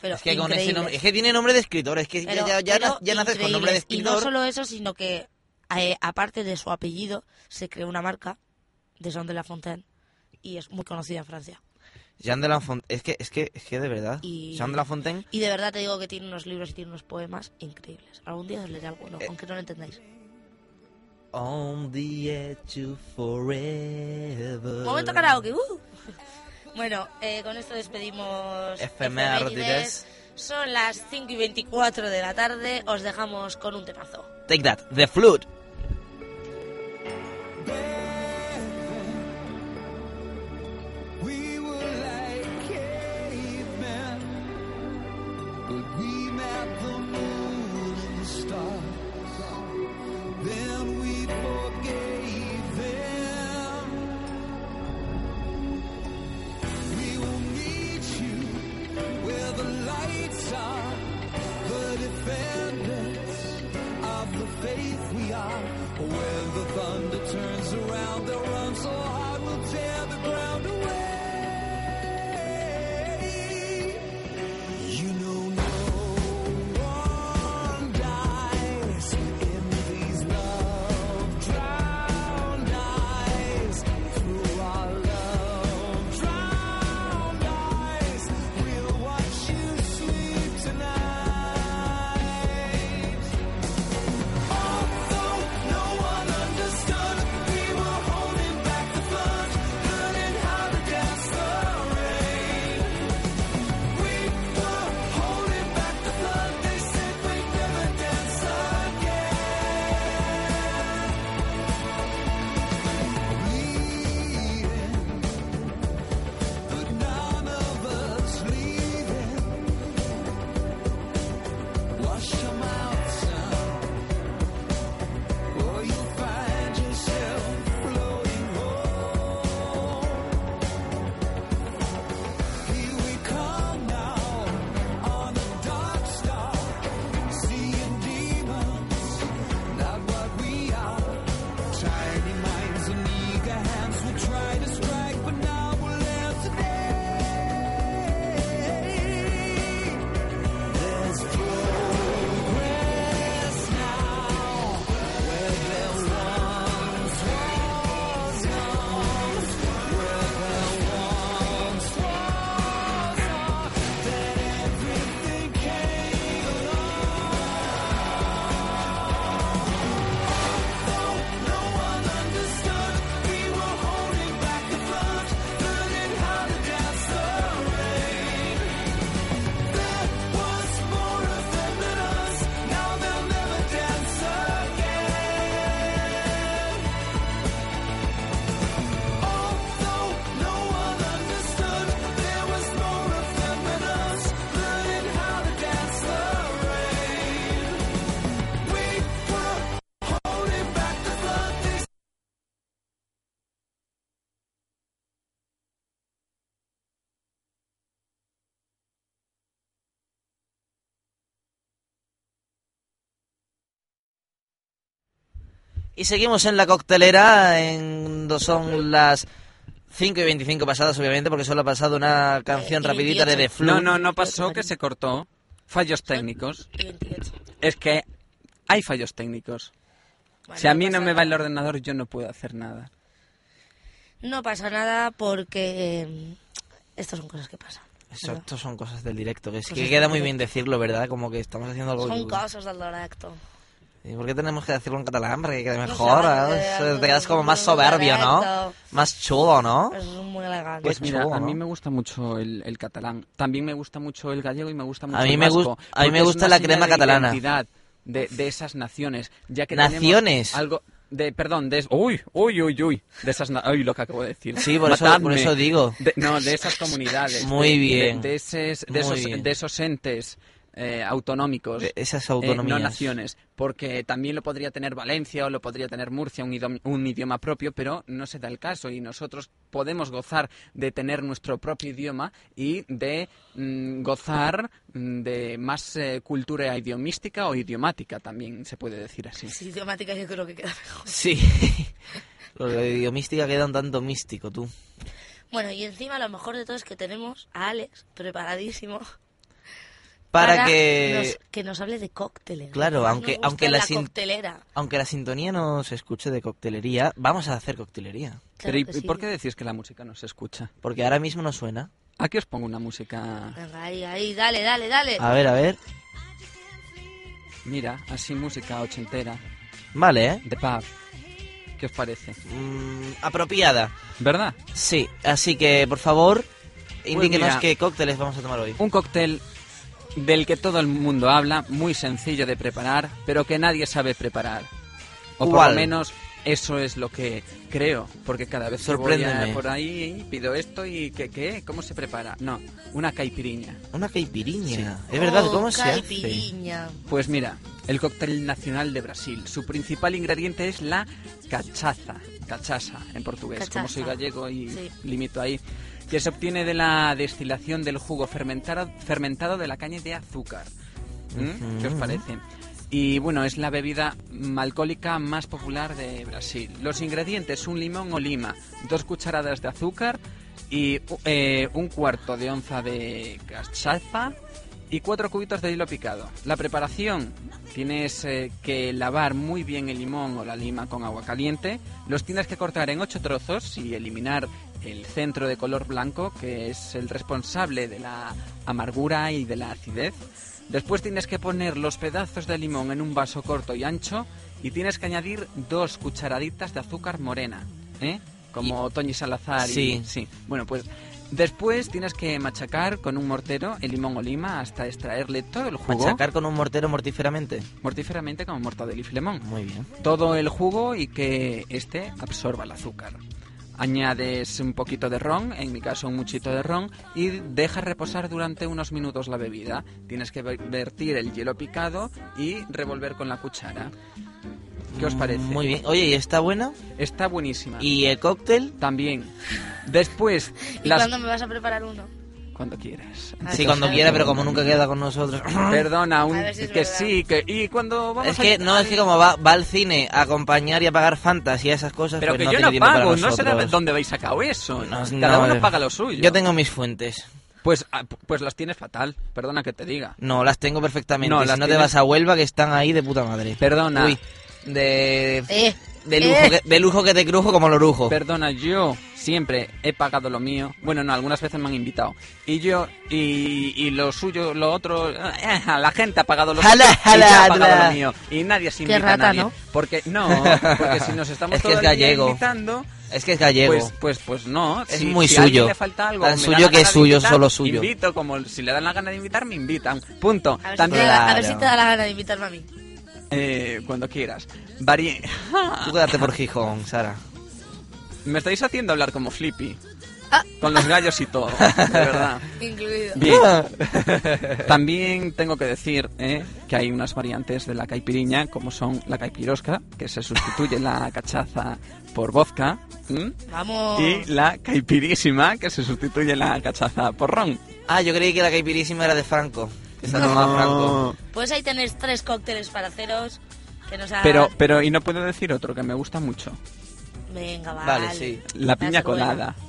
Speaker 1: Pero
Speaker 2: es que con ese
Speaker 1: increíbles.
Speaker 2: nombre, es que tiene nombre de escritor, es que ya-
Speaker 1: Pero-
Speaker 2: ya, ya,
Speaker 1: pero
Speaker 2: na- ya naces con nombre de
Speaker 1: increíbles. Y no
Speaker 2: escritor.
Speaker 1: solo eso, sino que eh, aparte de su apellido, se creó una marca de Jean de La Fontaine y es muy conocida en Francia.
Speaker 2: Jean de La Fontaine, es que, es que, es que de verdad.
Speaker 1: Y-
Speaker 2: Jean de La Fontaine,
Speaker 1: Y de verdad te digo que tiene unos libros y tiene unos poemas increíbles. Algún día os leeré alguno,
Speaker 2: Eh.
Speaker 1: aunque no lo entendáis.
Speaker 2: On the edge of forever.
Speaker 1: Momento karaoke, ¡uh! Bueno, eh, con esto despedimos.
Speaker 2: Efemérides.
Speaker 1: Efemérides. Son las 5 y 24 de la tarde. Os dejamos con un temazo.
Speaker 2: Take that, The Flood.
Speaker 5: We were like cavemen, but we met the moon and the stars. Then we forgave them. We will meet you where the lights are, the defenders of the faith we are. When the thunder turns around, they'll run so hard we'll tear the ground away. You know no one dies in these love-drowned eyes. Through our love-drowned eyes, we'll watch you sleep tonight. Although no one understood, we were holding back the flood, learning how to dance the rain. We were holding back the flood. They said we'd never dance again. Leaving, but none of us leaving. Wash your mouth, son. Or you'll find yourself floating home. Here we come now on the dark star, seeing demons, not what we are. Tiny minds and eager hands will try to strike, but now we'll end today. There's progress now.
Speaker 2: Y seguimos en la coctelera, en do- son las 5 y 25 pasadas, obviamente, porque solo ha pasado una canción
Speaker 1: Eh, y
Speaker 2: rapidita de
Speaker 1: 28.
Speaker 2: The Flood.
Speaker 3: No, no, no pasó, que se cortó. Fallos técnicos.
Speaker 1: Y 28.
Speaker 3: Es que hay fallos técnicos.
Speaker 1: Vale, pues
Speaker 3: Si a mí no
Speaker 1: pasa
Speaker 3: me va el
Speaker 1: nada.
Speaker 3: ordenador, yo no puedo hacer nada.
Speaker 1: No pasa nada porque. eh, Estas son cosas que pasan.
Speaker 2: Eso,
Speaker 1: ¿verdad?
Speaker 2: esto son cosas del directo, que es
Speaker 1: Cosas
Speaker 2: que queda
Speaker 1: del
Speaker 2: muy bien decirlo, ¿verdad? Como que estamos haciendo algo...
Speaker 1: Son cosas del directo.
Speaker 2: ¿Y por qué tenemos que decirlo en catalán? Para que quede
Speaker 1: sé,
Speaker 2: mejor,
Speaker 1: porque
Speaker 2: ¿eh?
Speaker 1: algo-
Speaker 2: Te quedas como más
Speaker 1: algo
Speaker 2: soberbio, ¿no?
Speaker 1: correcto.
Speaker 2: Más chulo, ¿no?
Speaker 1: Es muy elegante.
Speaker 2: Pues
Speaker 3: Pues mira,
Speaker 2: chulo,
Speaker 3: a mí
Speaker 2: ¿no?
Speaker 3: me gusta mucho el, el catalán. También me gusta mucho el gallego y me gusta mucho
Speaker 2: mí
Speaker 3: el
Speaker 2: me gust- a
Speaker 3: vasco,
Speaker 2: mí
Speaker 3: porque
Speaker 2: me
Speaker 3: es
Speaker 2: gusta
Speaker 3: una
Speaker 2: la crema
Speaker 3: seña de
Speaker 2: catalana.
Speaker 3: identidad De, de esas naciones, ya que
Speaker 2: Naciones.
Speaker 3: tenemos algo de perdón, de es- uy, uy, uy, uy, de esas na- uy, lo que acabo de decir.
Speaker 2: Sí, por eso-
Speaker 3: Matadme.
Speaker 2: por eso digo.
Speaker 3: De- no, de esas comunidades.
Speaker 2: Muy
Speaker 3: de-
Speaker 2: bien.
Speaker 3: De, de esos, de
Speaker 2: Muy
Speaker 3: esos-
Speaker 2: bien.
Speaker 3: de esos entes eh, autonómicos.
Speaker 2: De esas
Speaker 3: eh, no
Speaker 2: autonomías.
Speaker 3: naciones, porque también lo podría tener Valencia o lo podría tener Murcia, un idioma, un idioma propio, pero no se da el caso y nosotros podemos gozar de tener nuestro propio idioma y de mm, gozar mm, de más eh, cultura idiomística o idiomática, también se puede decir así.
Speaker 1: Sí, idiomática yo creo que queda mejor.
Speaker 2: Sí. Lo de idiomística queda un tanto místico, tú.
Speaker 1: Bueno, y encima lo mejor de todo es que tenemos a Alex preparadísimo
Speaker 2: Para, que...
Speaker 1: nos, que nos hable de cócteles.
Speaker 2: Claro,
Speaker 1: Lo que más
Speaker 2: aunque-
Speaker 1: nos gusta
Speaker 2: aunque
Speaker 1: es
Speaker 2: la
Speaker 1: la
Speaker 2: sin-
Speaker 1: coctelera.
Speaker 2: Aunque la sintonía no se escuche de coctelería, vamos a hacer coctelería.
Speaker 1: Claro
Speaker 3: pero ¿y,
Speaker 1: que sí.
Speaker 3: y por qué decís que la música no se escucha?
Speaker 2: Porque ahora mismo no suena.
Speaker 3: Aquí os pongo una música,
Speaker 1: Venga, ahí, ahí, dale, dale, dale.
Speaker 2: A ver, a ver.
Speaker 3: mira, así música ochentera,
Speaker 2: Vale, ¿eh?
Speaker 3: de pub. ¿Qué os parece?
Speaker 2: Mm, apropiada.
Speaker 3: ¿Verdad?
Speaker 2: Sí, así que por favor, Indíquenos
Speaker 3: Pues mira.
Speaker 2: qué cócteles vamos a tomar hoy.
Speaker 3: Un cóctel del que todo el mundo habla, muy sencillo de preparar, pero que nadie sabe preparar. O por
Speaker 2: ¿Cuál?
Speaker 3: lo menos eso es lo que creo, porque cada vez que voy a-
Speaker 2: Sorpréndeme.
Speaker 3: por ahí pido esto y ¿qué, qué? ¿Cómo se prepara? No, una caipiriña.
Speaker 2: Una caipiriña. Es verdad,
Speaker 1: Oh,
Speaker 2: ¿cómo se hace?
Speaker 1: caipiriña.
Speaker 3: Pues mira, el cóctel nacional de Brasil. Su principal ingrediente es la cachaza, cachaza en portugués, como soy
Speaker 1: Cachaza.
Speaker 3: gallego y
Speaker 1: Sí.
Speaker 3: limito ahí, que se obtiene de la destilación del jugo fermentado, fermentado de la caña de azúcar. ¿Mm? ¿Qué os parece? Y bueno, es la bebida mm, alcohólica más popular de Brasil. Los ingredientes, un limón o lima, dos cucharadas de azúcar y u- eh, un cuarto de onza de cachaza y cuatro cubitos de hilo picado. La preparación, tienes eh, que lavar muy bien el limón o la lima con agua caliente, los tienes que cortar en ocho trozos y eliminar el centro de color blanco, que es el responsable de la amargura y de la acidez. Después tienes que poner los pedazos de limón en un vaso corto y ancho y tienes que añadir dos cucharaditas de azúcar morena, ¿eh? Como Toñi Salazar. y-
Speaker 2: Sí.
Speaker 3: sí. Bueno, pues después tienes que machacar con un mortero el limón o lima hasta extraerle todo el jugo.
Speaker 2: Machacar con un mortero mortíferamente.
Speaker 3: Mortíferamente como mortadelo y filemón
Speaker 2: Muy bien.
Speaker 3: todo el jugo y que este absorba el azúcar. Añades un poquito de ron, en mi caso un muchito de ron, y dejas reposar durante unos minutos la bebida. Tienes que ver- vertir el hielo picado y revolver con la cuchara. ¿Qué os parece?
Speaker 2: Mm,
Speaker 3: Ah.
Speaker 2: Muy bien. Oye, ¿y está buena?
Speaker 3: Está buenísima.
Speaker 2: ¿Y el cóctel?
Speaker 3: también. Después,
Speaker 1: ¿Y
Speaker 3: las...
Speaker 1: cuándo me vas a preparar uno?
Speaker 3: cuando quieras.
Speaker 1: Ah,
Speaker 2: Sí,
Speaker 1: sí,
Speaker 2: cuando
Speaker 1: sí.
Speaker 2: quiera, pero como nunca queda con nosotros.
Speaker 3: Perdona, un...
Speaker 1: A ver si es
Speaker 3: que
Speaker 1: verdad.
Speaker 3: sí, que... Y cuando vamos
Speaker 2: Es
Speaker 3: a-
Speaker 2: que no, es que como va, va al cine a acompañar y a pagar fantas y a esas cosas,
Speaker 3: Pero
Speaker 2: pues
Speaker 3: que
Speaker 2: no
Speaker 3: yo
Speaker 2: tiene
Speaker 3: no
Speaker 2: tiempo
Speaker 3: pago,
Speaker 2: para
Speaker 3: no sé de
Speaker 2: nosotros.
Speaker 3: dónde habéis sacado eso.
Speaker 2: No,
Speaker 3: Cada
Speaker 2: no,
Speaker 3: uno
Speaker 2: eh,
Speaker 3: paga lo suyo.
Speaker 2: Yo tengo mis fuentes.
Speaker 3: Pues, ah, pu- pues las tienes fatal, perdona que te diga.
Speaker 2: No, las tengo perfectamente.
Speaker 3: No,
Speaker 2: si
Speaker 3: las
Speaker 2: no te
Speaker 3: tienes-
Speaker 2: vas a Huelva, que están ahí de puta madre.
Speaker 3: Perdona.
Speaker 2: Uy, de,
Speaker 1: Eh,
Speaker 2: de, lujo,
Speaker 1: eh.
Speaker 2: que, de lujo que te crujo como lo lujo.
Speaker 3: Perdona, yo siempre he pagado lo mío. Bueno, no, algunas veces me han invitado. Y yo, y, y lo suyo, lo otro, eh, la gente ha pagado lo
Speaker 2: Jala,
Speaker 3: suyo. y yo
Speaker 2: jala,
Speaker 3: he pagado
Speaker 2: jala.
Speaker 3: lo mío. Y nadie se invita a
Speaker 1: rata,
Speaker 3: nadie.
Speaker 1: ¿no?
Speaker 3: Porque, no, porque si nos estamos
Speaker 2: Es que
Speaker 3: todo
Speaker 2: es
Speaker 3: el día
Speaker 2: gallego.
Speaker 3: invitando,
Speaker 2: Es que es gallego.
Speaker 3: pues, pues, pues no.
Speaker 2: Es
Speaker 3: Si-
Speaker 2: muy
Speaker 3: si a alguien
Speaker 2: suyo.
Speaker 3: le falta algo,
Speaker 2: Tan
Speaker 3: me da
Speaker 2: suyo
Speaker 3: la
Speaker 2: que es
Speaker 3: gana de
Speaker 2: suyo,
Speaker 3: invitar,
Speaker 2: solo suyo.
Speaker 3: Invito, como si le dan la gana de invitar, me invitan. Punto.
Speaker 1: A ver, si
Speaker 3: También,
Speaker 1: te da, a ver
Speaker 2: Claro.
Speaker 1: si te da la gana de invitarme a mí.
Speaker 3: eh, cuando quieras. Varie-
Speaker 2: Tú quédate por Gijón, Sara.
Speaker 3: Me estáis haciendo hablar como Flippy.
Speaker 1: Ah.
Speaker 3: Con los gallos y todo, de verdad.
Speaker 1: Incluido.
Speaker 3: Bien. También tengo que decir eh, que hay unas variantes de la caipiriña, como son la caipirosca, que se sustituye la cachaza por vodka, ¿m?
Speaker 1: Vamos.
Speaker 3: y la caipirísima, que se sustituye la cachaza por ron.
Speaker 2: Ah, yo creí que la caipirísima era de Franco. Que se ha tomado Franco.
Speaker 1: Pues ahí tenéis tres cócteles para haceros. Que nos hagan-
Speaker 3: Pero, pero, y no puedo decir otro que me gusta mucho:
Speaker 1: Venga, vale.
Speaker 2: Vale, sí.
Speaker 3: la
Speaker 1: Va a
Speaker 3: piña
Speaker 1: ser bueno.
Speaker 3: colada.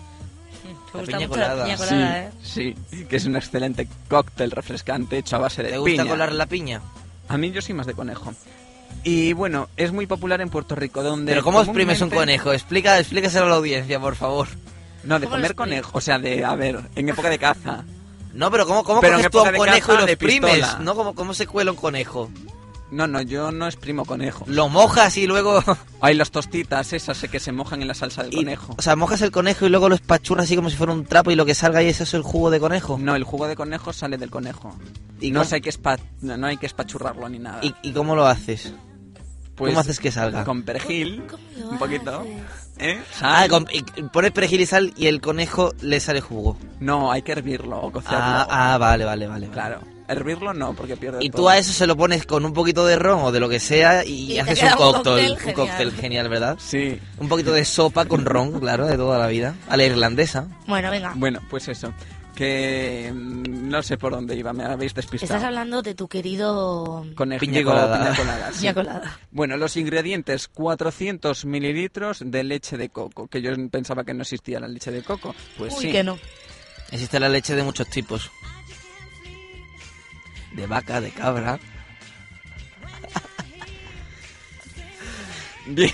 Speaker 1: Me
Speaker 2: La
Speaker 1: gusta
Speaker 2: piña
Speaker 1: mucho la
Speaker 2: colada.
Speaker 1: piña
Speaker 3: Sí,
Speaker 1: colada, ¿eh?
Speaker 3: sí, que es un excelente cóctel refrescante hecho a base de
Speaker 2: ¿Te gusta
Speaker 3: piña.
Speaker 2: colar la piña?
Speaker 3: A mí yo soy más de conejo. Y bueno, es muy popular en Puerto Rico, donde...
Speaker 2: Pero ¿cómo exprimes un
Speaker 3: comúnmente-
Speaker 2: conejo? Explica, explícaselo a la audiencia, por favor.
Speaker 3: No, de
Speaker 1: ¿Cómo lo
Speaker 3: comer
Speaker 1: exprimes?
Speaker 3: conejo, o sea, de, a ver, en época de caza.
Speaker 2: No, pero ¿cómo, cómo
Speaker 3: Pero en
Speaker 2: coges tú a
Speaker 3: época
Speaker 2: un
Speaker 3: de
Speaker 2: conejo y
Speaker 3: caza,
Speaker 2: lo
Speaker 3: de
Speaker 2: exprimes?
Speaker 3: pistola.
Speaker 2: ¿No? ¿Cómo, ¿Cómo se cuela un conejo?
Speaker 3: No, no, yo no exprimo conejo.
Speaker 2: Lo mojas y luego...
Speaker 3: Hay las tostitas esas eh, que se mojan en la salsa del
Speaker 2: y-
Speaker 3: conejo.
Speaker 2: o sea, mojas el conejo y luego lo espachurras así como si fuera un trapo y lo que salga ahí es eso el jugo de conejo.
Speaker 3: No, el jugo de conejo sale del conejo.
Speaker 2: ¿Y
Speaker 3: Y no,
Speaker 2: cómo-
Speaker 3: sé, hay que espa- no no hay que espachurrarlo ni nada. Pues,
Speaker 2: ¿Y, y cómo lo haces? cómo haces que salga?
Speaker 3: Con perejil,
Speaker 1: ¿Cómo lo
Speaker 3: un poquito.
Speaker 1: haces?
Speaker 3: ¿eh? Sal.
Speaker 2: Ah, con- y- y pones perejil y sal y el conejo le sale jugo.
Speaker 3: No, hay que hervirlo o cocerlo.
Speaker 2: Ah, ah, vale, vale, vale. vale.
Speaker 3: Claro, hervirlo no, porque pierde
Speaker 2: Y
Speaker 3: todo.
Speaker 2: tú a eso se lo pones con un poquito de ron o de lo que sea y,
Speaker 1: Y te
Speaker 2: haces un
Speaker 1: queda un
Speaker 2: cóctel.
Speaker 1: cóctel
Speaker 2: Un
Speaker 1: genial.
Speaker 2: cóctel genial, ¿verdad?
Speaker 3: Sí,
Speaker 2: Un poquito de sopa con ron, claro, de toda la vida. A la irlandesa.
Speaker 1: Bueno, venga.
Speaker 3: Bueno, pues eso. Que mm, no sé por dónde iba, me habéis
Speaker 1: Estás
Speaker 3: despistado.
Speaker 1: hablando de tu querido.
Speaker 3: Conejo-
Speaker 2: Piña
Speaker 3: digo,
Speaker 2: colada.
Speaker 3: piña colada, sí.
Speaker 1: Piña colada.
Speaker 3: Bueno, los ingredientes: 400 mililitros de leche de coco. Que yo pensaba que no existía la leche de coco. Pues
Speaker 1: Uy,
Speaker 3: sí.
Speaker 1: que no.
Speaker 2: Existe la leche de muchos tipos. De vaca, de cabra.
Speaker 3: Bien.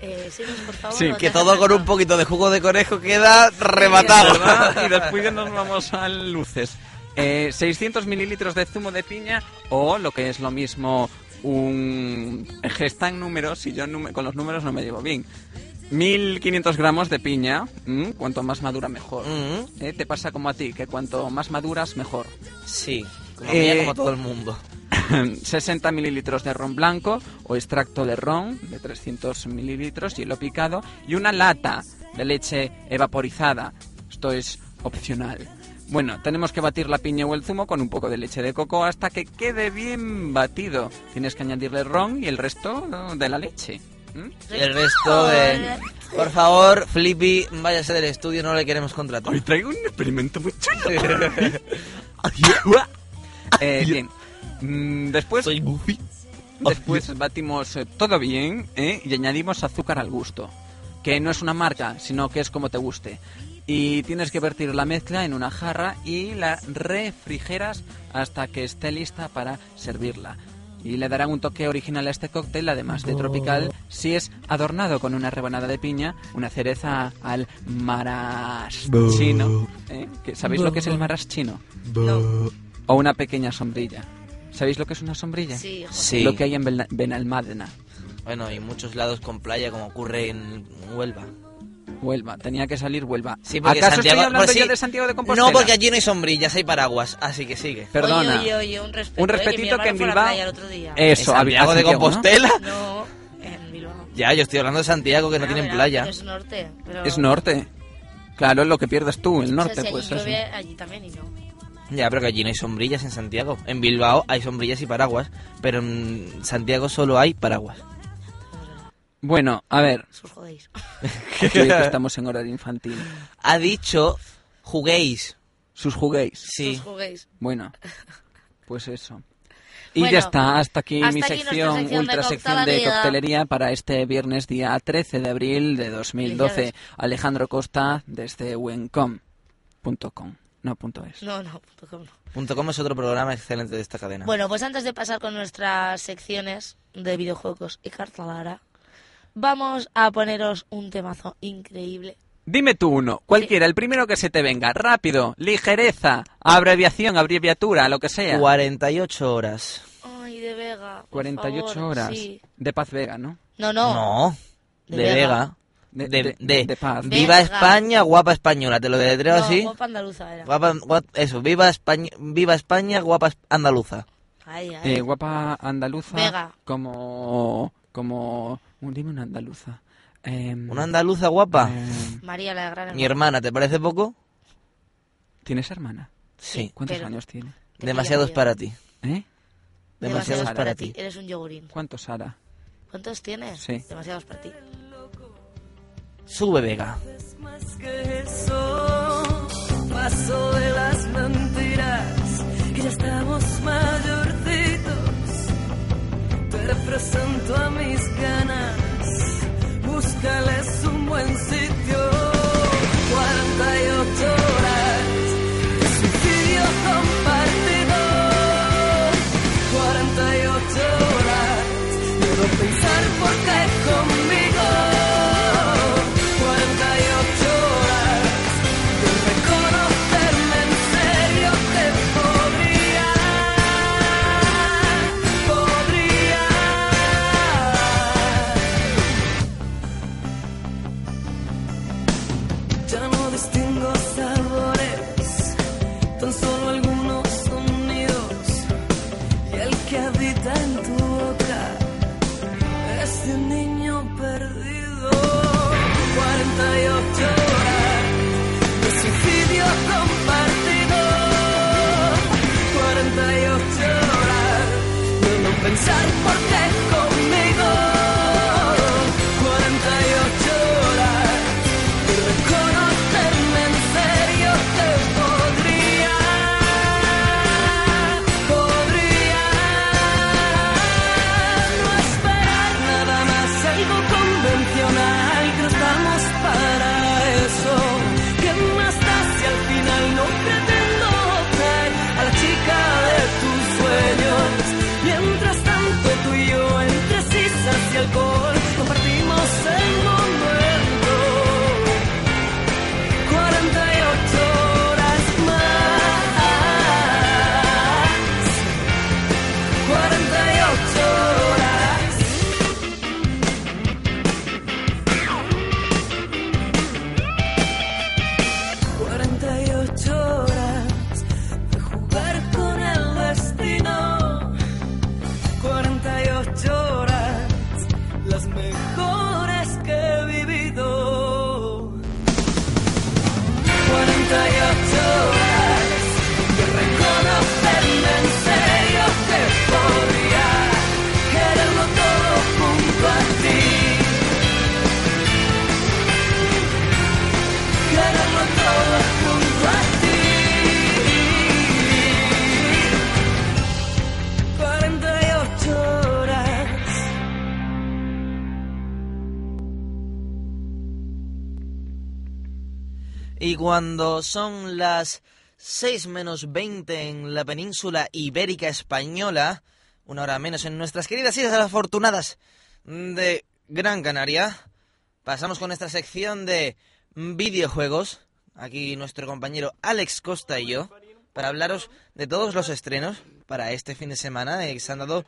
Speaker 1: Eh, síguenos, por favor.
Speaker 3: Sí,
Speaker 1: o
Speaker 2: Que
Speaker 1: te
Speaker 2: todo
Speaker 1: has
Speaker 2: con un
Speaker 1: cansado.
Speaker 2: poquito de jugo de conejo queda rematado.
Speaker 3: ¿Verdad? Y después ya nos vamos a luces. Eh, 600 mililitros de zumo de piña o lo que es lo mismo un gestan números. Si yo nume- con los números no me llevo bien. 1500 gramos de piña, ¿m? cuanto más madura mejor.
Speaker 2: Mm,
Speaker 3: ¿Eh? Te pasa como a ti, que cuanto más maduras mejor.
Speaker 2: sí, como,
Speaker 3: Eh,
Speaker 2: mía, como todo el mundo.
Speaker 3: 60 mililitros de ron blanco o extracto de ron de 300 mililitros, hielo picado y una lata de leche evaporizada. Esto es opcional. Bueno, tenemos que batir la piña o el zumo con un poco de leche de coco hasta que quede bien batido. Tienes que añadirle ron y el resto ¿no? de la leche. ¿m?
Speaker 2: Y el resto de... Por favor, Flippy, váyase del estudio, no le queremos contratar.
Speaker 3: Hoy traigo un experimento muy chulo. Eh, bien. Mm, Después, después batimos eh, todo bien ¿eh? y añadimos azúcar al gusto. Que no es una marca, sino que es como te guste. Y tienes que vertir la mezcla en una jarra y la refrigeras hasta que esté lista para servirla. Y le dará un toque original a este cóctel, además de tropical, si es adornado con una rebanada de piña, una cereza al maraschino. ¿eh? ¿Que- ¿Sabéis lo que es el maraschino?
Speaker 1: No.
Speaker 3: O una pequeña sombrilla. ¿Sabéis lo que es una sombrilla?
Speaker 1: Sí, joder.
Speaker 2: Sí,
Speaker 3: Lo que hay en Belna- Benalmádena,
Speaker 2: bueno, y muchos lados con playa, como ocurre en Huelva.
Speaker 3: Huelva. Tenía que salir Huelva.
Speaker 2: Sí, porque
Speaker 3: ¿Acaso
Speaker 2: Santiago...
Speaker 3: estoy hablando
Speaker 2: pues sí.
Speaker 3: yo de Santiago de Compostela?
Speaker 2: No, porque allí no hay sombrillas, hay paraguas, así que sigue.
Speaker 3: Perdona.
Speaker 1: Oye, oye, oye, un respeto.
Speaker 3: Un
Speaker 1: eh,
Speaker 3: respetito
Speaker 1: mi hermano
Speaker 3: que en
Speaker 1: fue a la
Speaker 3: Bilbao- Eh.
Speaker 1: playa el otro día.
Speaker 3: Eso,
Speaker 2: ¿En
Speaker 3: había
Speaker 2: Santiago de
Speaker 3: Santiago, ¿no?
Speaker 2: Compostela.
Speaker 1: No, en Bilbao.
Speaker 2: Ya, yo estoy hablando de Santiago, que no
Speaker 1: Bueno,
Speaker 2: tienen
Speaker 1: verá,
Speaker 2: playa.
Speaker 1: Es norte. Pero...
Speaker 3: Es norte. Claro, es lo que pierdes tú, el
Speaker 1: O sea,
Speaker 3: norte,
Speaker 1: si
Speaker 3: pues
Speaker 1: allí
Speaker 3: eso.
Speaker 1: llueve, allí también y no.
Speaker 2: Ya, pero que allí no hay sombrillas en Santiago. En Bilbao hay sombrillas y paraguas, pero en Santiago solo hay paraguas.
Speaker 3: Bueno, a ver,
Speaker 1: Os jodéis.
Speaker 3: yo creo que estamos en horario infantil.
Speaker 2: Ha dicho, juguéis.
Speaker 3: Sus juguéis.
Speaker 2: Sí.
Speaker 1: Os juguéis.
Speaker 3: Bueno, pues eso. Y
Speaker 1: Bueno,
Speaker 3: ya está, hasta aquí
Speaker 1: hasta
Speaker 3: mi
Speaker 1: aquí nuestra
Speaker 3: sección,
Speaker 1: sección de
Speaker 3: ultra sección de
Speaker 1: coctelería.
Speaker 3: coctelería para este viernes día 13 de abril de 2012.
Speaker 1: Felicidades.
Speaker 3: Alejandro Costa desde wencom.com. No, punto es.
Speaker 1: No, no, punto com no.
Speaker 2: Punto com es otro programa excelente de esta cadena.
Speaker 1: Bueno, pues antes de pasar con nuestras secciones de videojuegos y cartalara, vamos a poneros un temazo increíble.
Speaker 3: Dime tú uno, cualquiera, el primero que se te venga, rápido, ligereza, abreviación, abreviatura, lo que sea.
Speaker 2: 48 horas.
Speaker 1: Ay, de Vega. por
Speaker 3: 48
Speaker 1: favor,
Speaker 3: horas
Speaker 1: sí.
Speaker 3: de Paz Vega, ¿no?
Speaker 1: No, no.
Speaker 2: No.
Speaker 1: De
Speaker 2: De,
Speaker 1: Vega.
Speaker 2: Vega.
Speaker 3: De-
Speaker 2: De,
Speaker 3: de-
Speaker 2: de-
Speaker 3: de Paz.
Speaker 2: Viva
Speaker 1: Vega.
Speaker 2: España, guapa española. Te lo deletreo
Speaker 1: No,
Speaker 2: así.
Speaker 1: guapa andaluza era.
Speaker 2: Guapa, guap- eso, viva España, viva España, guapa es- andaluza.
Speaker 1: Ay, ay.
Speaker 3: Eh, guapa andaluza.
Speaker 1: Vega.
Speaker 3: Como. Como. un- Dime una andaluza. Em,
Speaker 2: Una andaluza guapa.
Speaker 3: em,
Speaker 1: María la gran
Speaker 2: Mi
Speaker 1: hermana.
Speaker 2: hermana, ¿te parece poco?
Speaker 3: ¿Tienes hermana?
Speaker 2: Sí.
Speaker 3: ¿Cuántos
Speaker 1: pero-
Speaker 3: años tiene?
Speaker 1: Te
Speaker 2: Demasiados
Speaker 1: pillo,
Speaker 2: para ti.
Speaker 3: ¿Eh?
Speaker 2: Demasiados para ti.
Speaker 1: Eres un yogurín.
Speaker 3: ¿Cuántos Sara?
Speaker 1: ¿Cuántos tienes?
Speaker 3: Sí.
Speaker 1: Demasiados para ti.
Speaker 2: Sube Vega.
Speaker 6: Más que eso, paso de las mentiras, que ya estamos mayorcitos. Te represento a mis ganas, búscales un buen sitio. 48 horas de suicidio compartido. 48 horas, debo pensar por qué conmigo. 48 horas.
Speaker 2: Y cuando son las 6 menos 20 en la península ibérica española, una hora menos en nuestras queridas islas afortunadas de Gran Canaria, pasamos con nuestra sección de videojuegos. Aquí nuestro compañero Alex Costa y yo, para hablaros de todos los estrenos para este fin de semana eh, que se han dado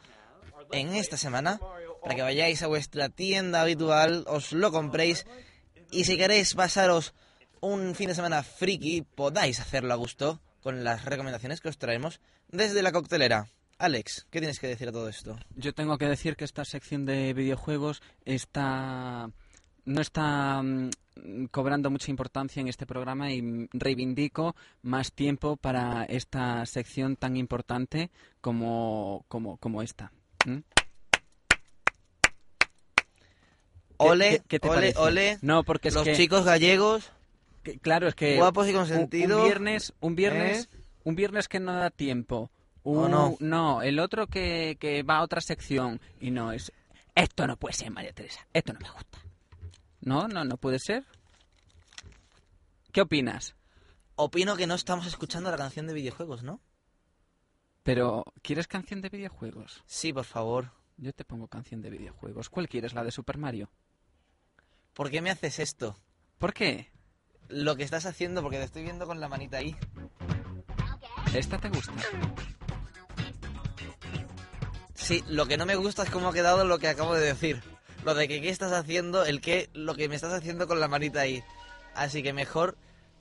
Speaker 2: en esta semana para que vayáis a vuestra tienda habitual, os lo compréis y si queréis pasaros un fin de semana friki, podáis hacerlo a gusto con las recomendaciones que os traemos desde la coctelera. Alex, ¿qué tienes que decir a todo esto?
Speaker 3: Yo tengo que decir que esta sección de videojuegos está no está mm, cobrando mucha importancia en este programa y mm, reivindico más tiempo para esta sección tan importante como, como, como esta. ¿Mm?
Speaker 2: Ole,
Speaker 3: ¿Qué- qué te
Speaker 2: ole,
Speaker 3: parece?
Speaker 2: ole.
Speaker 3: No, porque es
Speaker 2: los
Speaker 3: que-
Speaker 2: chicos gallegos,
Speaker 3: que- claro, es que
Speaker 2: guapos y
Speaker 3: un-
Speaker 2: consentidos.
Speaker 3: Un, viernes, un viernes, un viernes que no da tiempo.
Speaker 2: ¿O
Speaker 3: Un-
Speaker 2: ¿eh? no?
Speaker 3: el otro que, que va a otra sección y no es. Esto no puede ser, María Teresa. Esto no me gusta. No, no, no puede ser. ¿Qué opinas?
Speaker 2: Opino que no estamos escuchando la canción de videojuegos, ¿no?
Speaker 3: Pero ¿quieres canción de videojuegos?
Speaker 2: Sí, por favor.
Speaker 3: Yo te pongo canción de videojuegos. ¿Cuál quieres? La de Super Mario.
Speaker 2: ¿Por qué me haces esto?
Speaker 3: ¿Por qué?
Speaker 2: Lo que estás haciendo, porque te estoy viendo con la manita ahí.
Speaker 3: Esta te gusta.
Speaker 2: Sí, lo que no me gusta es cómo ha quedado lo que acabo de decir. Lo de que qué estás haciendo, el qué, lo que me estás haciendo con la manita ahí. Así que mejor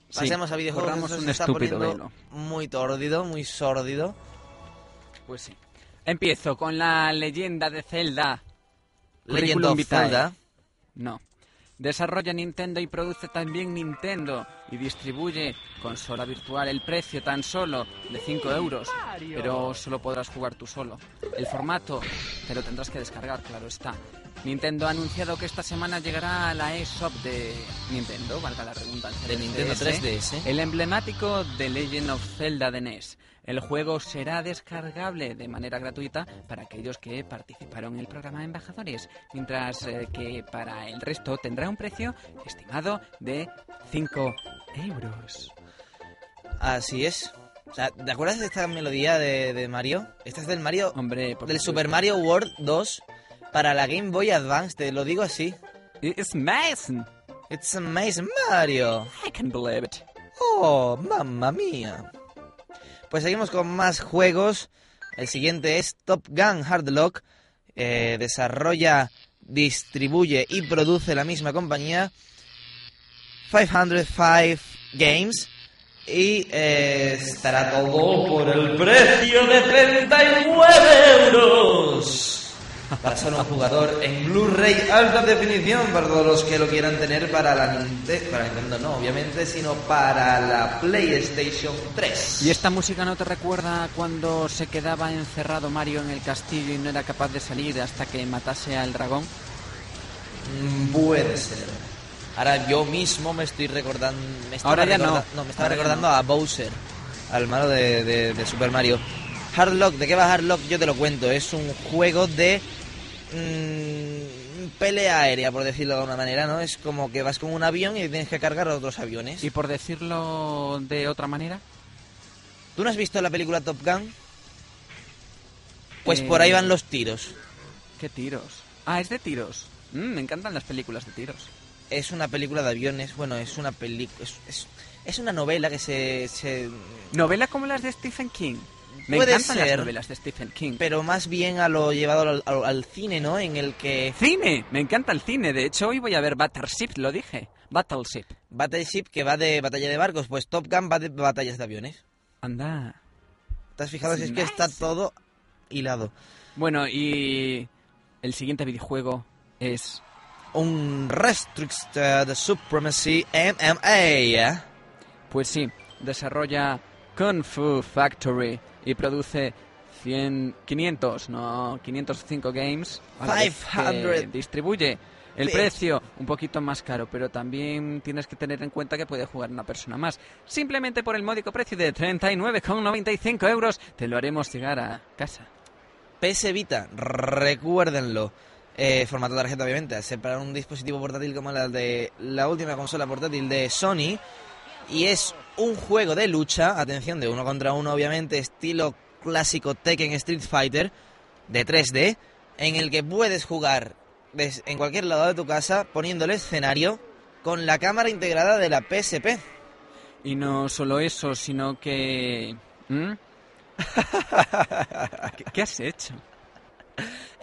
Speaker 3: Sí,
Speaker 2: pasemos a videojuegos.
Speaker 3: corramos
Speaker 2: eso se
Speaker 3: un
Speaker 2: está
Speaker 3: estúpido
Speaker 2: poniendo
Speaker 3: velo.
Speaker 2: Muy tordido, muy sórdido.
Speaker 3: Pues sí. Empiezo con la leyenda de Zelda.
Speaker 2: Legend
Speaker 3: Curriculum
Speaker 2: of
Speaker 3: vitae.
Speaker 2: Zelda.
Speaker 3: No. Desarrolla Nintendo y produce también Nintendo y distribuye consola virtual el precio tan solo de 5 euros, pero solo podrás jugar tú solo. El formato te lo tendrás que descargar, claro está. Nintendo ha anunciado que esta semana llegará a la eShop de Nintendo, valga la redundancia.
Speaker 2: De eh,
Speaker 3: del
Speaker 2: Nintendo 3DS.
Speaker 3: El emblemático The Legend of Zelda de NES. El juego será descargable de manera gratuita para aquellos que participaron en el programa de Embajadores, mientras eh, que para el resto tendrá un precio estimado de 5 euros.
Speaker 2: Así es. O sea, ¿te acuerdas de esta melodía de, de Mario? Esta es del Mario,
Speaker 3: Hombre, por
Speaker 2: del
Speaker 3: supuesto.
Speaker 2: Super Mario World 2 para la Game Boy Advance, te lo digo así.
Speaker 3: It's amazing.
Speaker 2: It's amazing, Mario.
Speaker 3: I can believe it.
Speaker 2: ¡Oh, mamma mía! Pues seguimos con más juegos. El siguiente es Top Gun Hardlock. Eh, desarrolla, distribuye y produce la misma compañía. 505 Games. Y eh, estará todo por el precio de 39 euros. Para ser un jugador en Blu-ray alta definición, para todos los que lo quieran tener para la Nintendo, para Nintendo no, obviamente, sino para la PlayStation 3.
Speaker 3: ¿Y esta música no te recuerda cuando se quedaba encerrado Mario en el castillo y no era capaz de salir hasta que matase al dragón?
Speaker 2: Mm, Puede ser. Ahora yo mismo me estoy recordando. Me estaba
Speaker 3: Ahora ya no.
Speaker 2: recorda- me estaba
Speaker 3: Ahora ya
Speaker 2: recordando a Bowser, al malo de, de- de Super Mario. Hardlock, ¿de qué va Hardlock? Yo te lo cuento. Es un juego de. mm, pelea aérea, por decirlo de alguna manera, ¿no? Es como que vas con un avión y tienes que cargar a otros aviones.
Speaker 3: Y por decirlo de otra manera,
Speaker 2: ¿Tú no has visto la película Top Gun? Pues
Speaker 3: Eh,
Speaker 2: por ahí van los tiros.
Speaker 3: ¿Qué tiros? Ah, es de tiros. Mm, me encantan las películas de tiros.
Speaker 2: es una película de aviones, bueno, es una película, es, es- es una novela que se, se-
Speaker 3: Novela como las de Stephen King. Me
Speaker 2: Puede
Speaker 3: encantan
Speaker 2: ser.
Speaker 3: las novelas de Stephen King.
Speaker 2: pero más bien a lo llevado al, al- al cine, ¿no? En el que
Speaker 3: Cine, me encanta el cine. De hecho, hoy voy a ver Battleship, lo dije. Battleship.
Speaker 2: Battleship que va de batalla de barcos, pues Top Gun va de batallas de aviones.
Speaker 3: Anda.
Speaker 2: ¿Te has fijado? Si es que está todo hilado.
Speaker 3: Bueno, y el siguiente videojuego es
Speaker 2: Un Restricted Supremacy MMA. ¿eh?
Speaker 3: Pues sí, desarrolla Kung Fu Factory y produce 100, 500, no, 505 games. a la vez que
Speaker 2: 500.
Speaker 3: Distribuye. El
Speaker 2: Sí.
Speaker 3: precio un poquito más caro, pero también tienes que tener en cuenta que puede jugar una persona más. Simplemente por el módico precio de 39,95 euros te lo haremos llegar a casa.
Speaker 2: PS Vita, recuérdenlo. Eh, formato tarjeta, obviamente. Separar un dispositivo portátil como la de la última consola portátil de Sony. Y es un juego de lucha, atención, de uno contra uno, obviamente, estilo clásico Tekken Street Fighter, de 3D, en el que puedes jugar des- en cualquier lado de tu casa poniendo el escenario con la cámara integrada de la PSP.
Speaker 3: Y no solo eso, sino que... ¿Mm? ¿Qué, qué has hecho?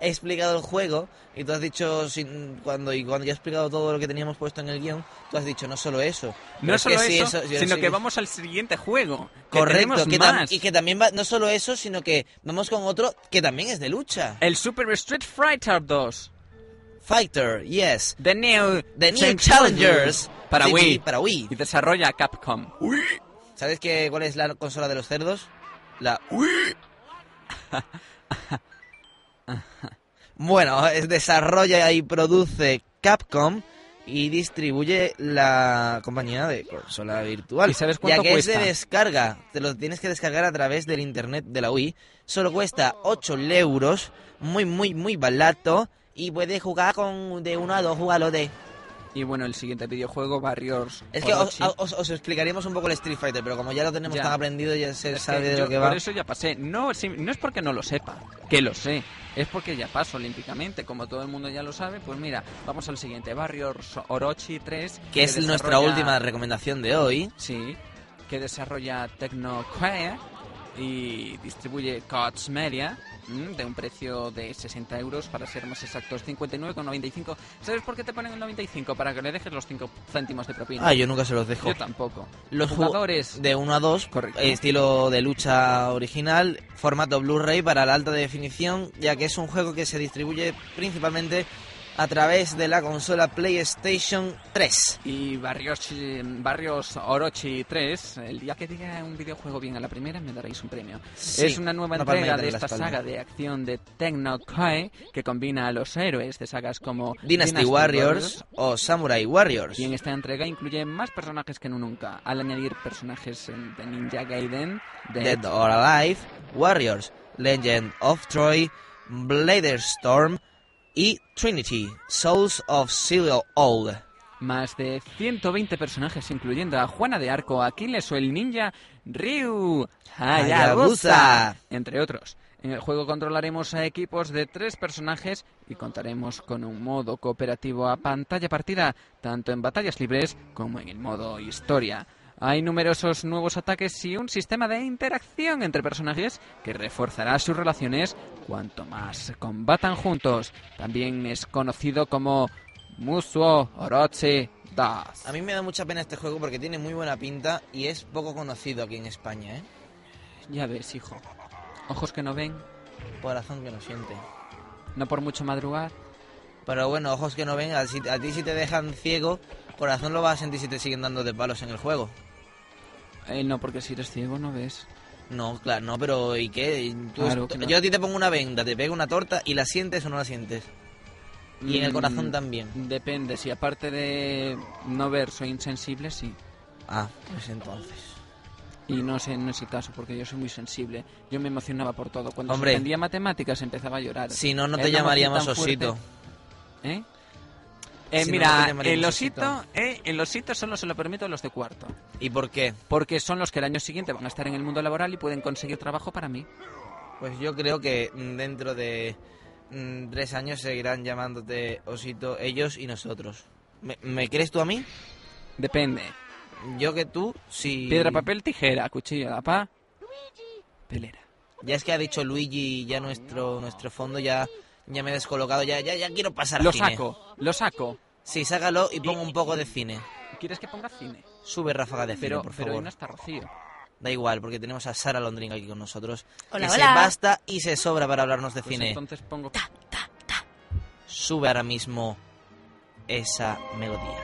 Speaker 2: he explicado el juego y tú has dicho sin- cuando y cuando yo he explicado todo lo que teníamos puesto en el guión, tú has dicho no solo eso. Pero
Speaker 3: No
Speaker 2: es que
Speaker 3: solo
Speaker 2: sí,
Speaker 3: eso,
Speaker 2: yo
Speaker 3: sino
Speaker 2: sí-
Speaker 3: que vamos al siguiente juego. que
Speaker 2: correcto
Speaker 3: tenemos
Speaker 2: que tam-
Speaker 3: más.
Speaker 2: y que también va, no solo eso, sino que vamos con otro que también es de lucha.
Speaker 3: El Super Street Fighter 2.
Speaker 2: Fighter, yes.
Speaker 3: The New,
Speaker 2: The New Challengers.
Speaker 3: Para
Speaker 2: Sí,
Speaker 3: Wii.
Speaker 2: sí, para Wii.
Speaker 3: Y desarrolla Capcom.
Speaker 2: ¿Sabes qué cuál es la consola de los cerdos? La Bueno, es- desarrolla y produce Capcom y distribuye la compañía de consola virtual.
Speaker 3: ¿Y sabes cuánto
Speaker 2: ya que es
Speaker 3: cuesta?
Speaker 2: de descarga, te lo tienes que descargar a través del internet de la Wii. Solo cuesta 8 euros, muy, muy, muy barato. Y puedes jugar con de uno a dos jugadores de...
Speaker 3: Y bueno, el siguiente videojuego, Barrios.
Speaker 2: Es que os,
Speaker 3: Orochi.
Speaker 2: os- os explicaríamos un poco el Street Fighter, pero como ya lo tenemos
Speaker 3: Ya.
Speaker 2: tan aprendido, ya se
Speaker 3: Es que
Speaker 2: sabe de
Speaker 3: yo
Speaker 2: lo que va.
Speaker 3: Por eso ya pasé. No, si- no es porque no lo sepa, que lo sé. Es porque ya paso olímpicamente. Como todo el mundo ya lo sabe, pues mira, vamos al siguiente barrio, Ros- Orochi 3.
Speaker 2: Que es nuestra
Speaker 3: desarrolla-
Speaker 2: última recomendación de hoy.
Speaker 3: Sí, que desarrolla Tecno Choir y distribuye Cots Media mm, de un precio de 60 euros, para ser más exactos, 59,95. ¿Sabes por qué te ponen el 95? Para que le dejes los 5 céntimos de propina.
Speaker 2: Ah, yo nunca se los dejo.
Speaker 3: Yo tampoco.
Speaker 2: Los ju-
Speaker 3: jugadores...
Speaker 2: de 1 a 2,
Speaker 3: Correcto.
Speaker 2: estilo de lucha original, formato Blu-ray para la alta definición, ya que es un juego que se distribuye principalmente a través de la consola PlayStation 3.
Speaker 3: Y Barrios, mm, Barrios Orochi 3, el día que diga un videojuego bien a la primera me daréis un premio.
Speaker 2: Sí,
Speaker 3: es una nueva
Speaker 2: una palmadita
Speaker 3: entrega
Speaker 2: en
Speaker 3: de
Speaker 2: la
Speaker 3: esta
Speaker 2: espalda.
Speaker 3: saga de acción de Tecno Koe que combina a los héroes de sagas como
Speaker 2: Dynasty, Warriors o Samurai Warriors.
Speaker 3: Y en esta entrega incluye más personajes que nunca, al añadir personajes eh, de Ninja Gaiden, de
Speaker 2: Dead or Alive, Warriors, Legend of Troy, Storm y Trinity, Souls of Silver Old.
Speaker 3: más de 120 personajes, incluyendo a Juana de Arco, Aquiles o el ninja Ryu Hayabusa,
Speaker 2: Hayabusa.
Speaker 3: entre otros. En el juego controlaremos a equipos de tres personajes y contaremos con un modo cooperativo a pantalla partida, tanto en batallas libres como en el modo historia. Hay numerosos nuevos ataques y un sistema de interacción entre personajes que reforzará sus relaciones cuanto más combatan juntos. También es conocido como Musuo Orochi 2.
Speaker 2: A mí me da mucha pena este juego porque tiene muy buena pinta y es poco conocido aquí en España, ¿eh?
Speaker 3: Ya ves, hijo. Ojos que no ven,
Speaker 2: Corazón que no siente.
Speaker 3: no por mucho madrugar. Pero
Speaker 2: Pero bueno, ojos que no ven, a, si- a ti si te dejan ciego, corazón lo vas a sentir si te siguen dando de palos en el juego.
Speaker 3: eh, no, porque si eres ciego no ves.
Speaker 2: No, claro, no, pero ¿y qué? Y tú-
Speaker 3: Claro que no.
Speaker 2: Yo a ti te pongo una venda, te pego una torta y la sientes o no la sientes. Y en el
Speaker 3: Mm,
Speaker 2: corazón también.
Speaker 3: Depende, si aparte de no ver soy insensible, sí.
Speaker 2: Ah, pues entonces.
Speaker 3: Y no sé, no es el caso, porque yo soy muy sensible. Yo me emocionaba por todo. Cuando
Speaker 2: Hombre.
Speaker 3: aprendía matemáticas empezaba a llorar.
Speaker 2: Si no, no
Speaker 3: Era
Speaker 2: te
Speaker 3: una
Speaker 2: llamaríamos
Speaker 3: emoción tan
Speaker 2: osito.
Speaker 3: fuerte. ¿Eh? Eh,
Speaker 2: Si no, no te
Speaker 3: mira,
Speaker 2: llamaríamos
Speaker 3: el
Speaker 2: osito.
Speaker 3: osito, eh, el osito solo se lo permito a los de cuarto.
Speaker 2: ¿Y por qué?
Speaker 3: Porque son los que el año siguiente van a estar en el mundo laboral y pueden conseguir trabajo para mí.
Speaker 2: Pues yo creo que mm, dentro de mm, tres años seguirán llamándote osito ellos y nosotros. ¿Me, me crees tú a mí?
Speaker 3: Depende.
Speaker 2: Yo que tú, si...
Speaker 3: Piedra, papel, tijera, cuchillo, la pa. Pelera.
Speaker 2: Ya es que ha dicho Luigi ya nuestro nuestro fondo ya ya me he descolocado, ya ya ya quiero pasar a
Speaker 3: Lo
Speaker 2: cine.
Speaker 3: saco, lo saco.
Speaker 2: Sí, sácalo y pongo un poco de cine.
Speaker 3: ¿Quieres que ponga cine?
Speaker 2: Sube ráfaga de cine,
Speaker 3: Pero,
Speaker 2: por
Speaker 3: pero hoy
Speaker 2: favor.
Speaker 3: no está Rocío.
Speaker 2: Da igual, porque tenemos a Sara Londrina aquí con nosotros.
Speaker 1: Hola,
Speaker 2: que
Speaker 1: hola.
Speaker 2: se basta y se sobra para hablarnos de
Speaker 3: Pues
Speaker 2: cine.
Speaker 3: entonces pongo...
Speaker 2: Sube ahora mismo esa melodía.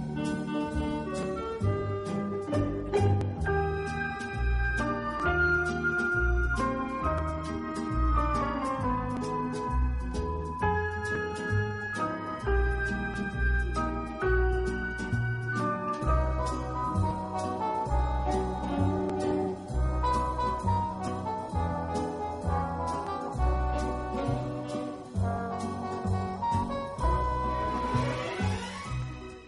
Speaker 4: Thank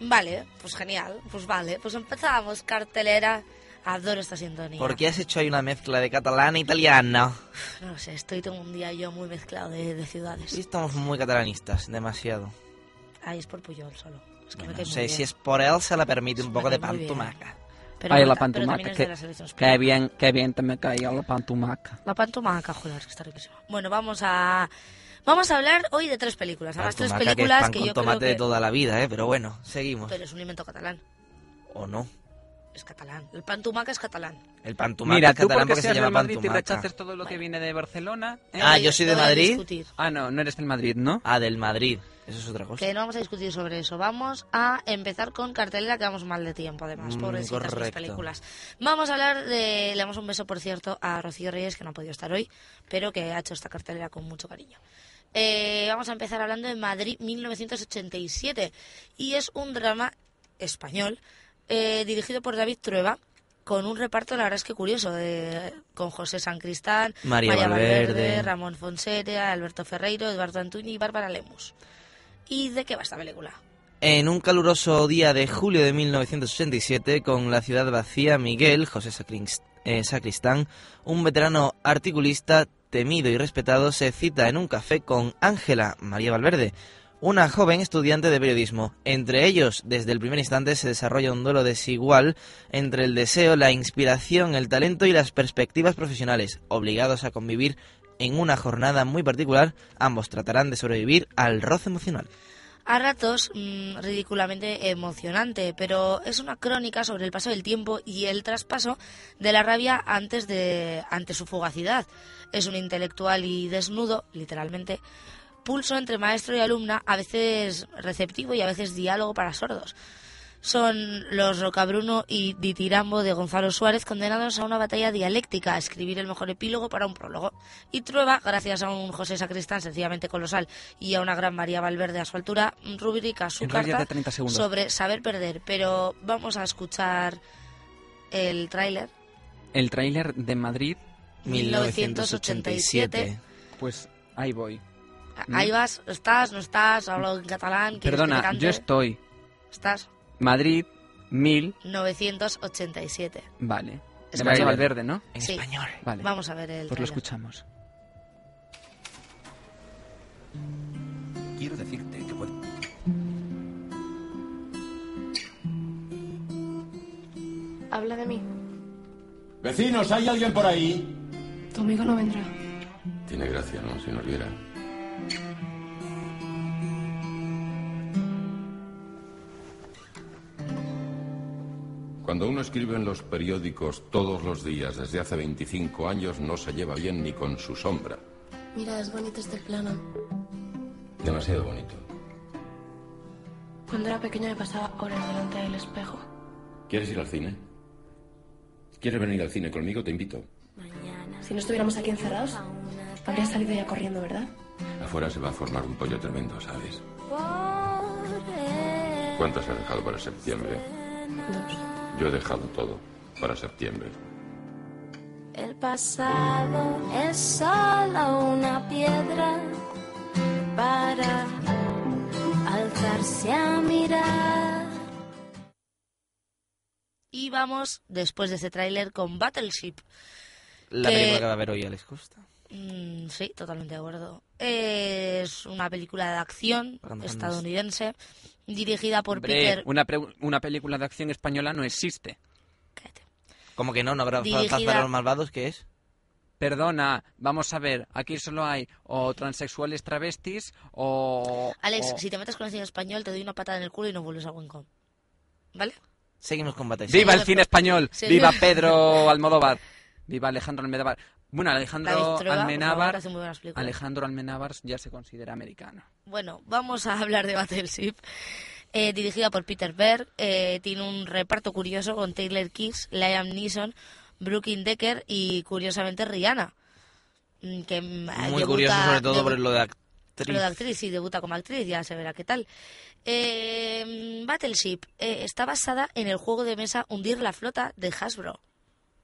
Speaker 1: Vale, pues genial, pues vale, pues empezamos cartelera. Adoro esta sintonía.
Speaker 2: ¿Por qué has hecho ahí una mezcla de catalán e italiano?
Speaker 1: No lo sé, estoy tengo un día yo muy mezclado de, de ciudades.
Speaker 2: Sí, estamos muy catalanistas, demasiado.
Speaker 1: Ahí es por Puyol solo. Es que
Speaker 2: Bueno,
Speaker 1: me
Speaker 2: no
Speaker 1: cae
Speaker 2: sé
Speaker 1: muy bien.
Speaker 2: si es por él, se le permite un
Speaker 1: Me
Speaker 2: poco de
Speaker 1: cae muy bien.
Speaker 2: pantumaca.
Speaker 1: Pero,
Speaker 3: Ay,
Speaker 1: no
Speaker 3: la
Speaker 1: ta- pero
Speaker 3: pantumaca,
Speaker 1: también es
Speaker 3: que-
Speaker 1: de la selección española.
Speaker 3: Qué bien, qué bien te me caía la pantumaca.
Speaker 1: La pantomaca, joder, que está riquísima. Bueno, vamos a vamos a hablar hoy de tres películas. Además, tres
Speaker 2: Pantumaca, que es
Speaker 1: películas
Speaker 2: pan
Speaker 1: que,
Speaker 2: con
Speaker 1: yo
Speaker 2: tomate
Speaker 1: creo que...
Speaker 2: de toda la vida, ¿eh? Pero bueno, seguimos.
Speaker 1: Pero es un invento catalán.
Speaker 2: ¿O no?
Speaker 1: Es catalán. El pantumaca es catalán.
Speaker 2: El pantumaca
Speaker 3: Mira,
Speaker 2: es
Speaker 3: tú
Speaker 2: catalán
Speaker 3: porque
Speaker 2: porque se
Speaker 3: seas de
Speaker 2: llama
Speaker 3: Madrid y
Speaker 2: pantumaca.
Speaker 3: rechazas todo lo que viene de Barcelona. ¿eh?
Speaker 1: No
Speaker 2: Ah, yo soy de
Speaker 1: voy a
Speaker 2: Madrid.
Speaker 1: discutir.
Speaker 3: Ah, no, no eres del Madrid, ¿no?
Speaker 2: Ah, del Madrid. Eso es otra cosa.
Speaker 1: Que no vamos a discutir sobre eso. Vamos a empezar con cartelera, que vamos mal de tiempo, además,
Speaker 2: Mm,
Speaker 1: por las
Speaker 2: correcto.
Speaker 1: películas. Vamos a hablar de. Le damos un beso, por cierto, a Rocío Reyes, que no ha podido estar hoy, pero que ha hecho esta cartelera con mucho cariño. Eh, vamos a empezar hablando de Madrid 1987. Y es un drama español eh, dirigido por David Trueba. Con un reparto, la verdad es que curioso, de- con José Sancristán,
Speaker 2: María Valverde.
Speaker 1: Ramón Fonseca, Alberto Ferreiro, Eduardo Antuñi y Bárbara Lemus. ¿Y de qué va esta película?
Speaker 2: En un caluroso día de julio de 1987, con la ciudad vacía, Miguel, José Sacrins- eh, Sacristán, un veterano articulista temido y respetado, se cita en un café con Ángela María Valverde, una joven estudiante de periodismo. Entre ellos, desde el primer instante, se desarrolla un duelo desigual entre el deseo, la inspiración, el talento y las perspectivas profesionales, obligados a convivir. En una jornada muy particular, ambos tratarán de sobrevivir al roce emocional.
Speaker 1: A ratos mm, ridículamente emocionante, pero es una crónica sobre el paso del tiempo y el traspaso de la rabia antes de ante su fugacidad. Es un intelectual y desnudo, literalmente, pulso entre maestro y alumna, a veces receptivo y a veces diálogo para sordos. Son los Rocabruno y Ditirambo de Gonzalo Suárez condenados a una batalla dialéctica, a escribir el mejor epílogo para un prólogo. Y Trueba, gracias a un José Sacristán sencillamente colosal y a una gran María Valverde a su altura, rubrica su
Speaker 3: Enrolla de
Speaker 1: carta
Speaker 3: 30 segundos.
Speaker 1: sobre saber perder. Pero vamos a escuchar el tráiler.
Speaker 3: El tráiler de Madrid,
Speaker 1: 1987.
Speaker 3: pues ahí voy. ¿Mm?
Speaker 1: Ahí vas, estás, no estás, hablo en catalán. ¿quieres que te
Speaker 3: Perdona,
Speaker 1: cante?
Speaker 3: yo estoy.
Speaker 1: Estás
Speaker 3: Madrid, mil,
Speaker 1: 987.
Speaker 3: vale.
Speaker 1: Es
Speaker 3: De
Speaker 1: que-
Speaker 3: María Valverde, ¿no?
Speaker 2: En
Speaker 1: Sí.
Speaker 2: español.
Speaker 3: Vale.
Speaker 1: Vamos a ver el
Speaker 3: Pues lo
Speaker 1: tráiler.
Speaker 3: escuchamos.
Speaker 7: Quiero decirte que puedo.
Speaker 8: Habla de mí.
Speaker 7: Vecinos, ¿hay alguien por ahí?
Speaker 8: Tu amigo no vendrá.
Speaker 7: Tiene gracia, ¿no? Si nos viera. Cuando uno escribe en los periódicos todos los días desde hace 25 años, no se lleva bien ni con su sombra.
Speaker 8: Mira, es bonito este plano.
Speaker 7: Demasiado bonito.
Speaker 8: Cuando era pequeña me pasaba horas delante del espejo.
Speaker 7: ¿Quieres ir al cine? ¿Quieres venir al cine conmigo? Te invito.
Speaker 8: Si no estuviéramos aquí encerrados, habría salido ya corriendo, ¿verdad?
Speaker 7: Afuera se va a formar un pollo tremendo, ¿sabes? ¿Cuántas has dejado para septiembre?
Speaker 8: Dos.
Speaker 7: Yo he dejado todo para septiembre.
Speaker 8: El pasado es solo una piedra para alzarse a mirar.
Speaker 1: Y vamos, después de este tráiler, con Battleship.
Speaker 2: La
Speaker 1: que-
Speaker 2: película que va a ver hoy Alex Costa.
Speaker 1: Mm, sí, totalmente de acuerdo. Es una película de acción
Speaker 2: Vamos.
Speaker 1: estadounidense dirigida por
Speaker 3: Hombre,
Speaker 1: Peter...
Speaker 3: una, pre- una película de acción española no existe.
Speaker 1: Cállate.
Speaker 2: Como que no, no habrá
Speaker 1: Dirigida-
Speaker 2: Paz para los malvados, ¿qué es?
Speaker 3: Perdona, vamos a ver, aquí solo hay o transexuales travestis o...
Speaker 1: Alex,
Speaker 3: o-
Speaker 1: si te metes con el cine español, te doy una patada en el culo y no vuelves a Wincom. ¿Vale?
Speaker 2: Seguimos con Battleship.
Speaker 3: ¡Viva el cine español!
Speaker 1: Sí.
Speaker 3: ¡Viva Pedro Almodóvar! ¡Viva Alejandro Almodóvar! Bueno, Alejandro
Speaker 1: David Trueba, por favor,
Speaker 3: Almenábar...
Speaker 1: hace muy buenas películas.
Speaker 3: Alejandro Almenábar ya se considera americano.
Speaker 1: Bueno, vamos a hablar de Battleship, eh, dirigida por Peter Berg. eh, tiene un reparto curioso con Taylor Kiss, Liam Neeson, Brooklyn Decker y, curiosamente, Rihanna. mm, Que mm,
Speaker 2: Muy
Speaker 1: debuta-
Speaker 2: curioso, sobre todo por
Speaker 1: debu-
Speaker 2: lo de
Speaker 1: lo
Speaker 2: actriz.
Speaker 1: de actriz y debuta como actriz, ya se verá qué tal. Eh, Battleship eh, está basada en el juego de mesa Hundir la flota de Hasbro.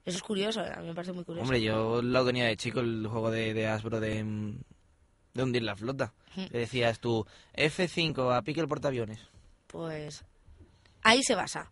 Speaker 1: Eso es curioso, eh, a mí me parece muy curioso.
Speaker 2: Hombre, yo lo tenía de chico, el juego de, de Hasbro de, mm, de hundir la flota.
Speaker 1: Ujú.
Speaker 2: Que decías tú, F5, a pique el portaaviones.
Speaker 1: Pues ahí se basa.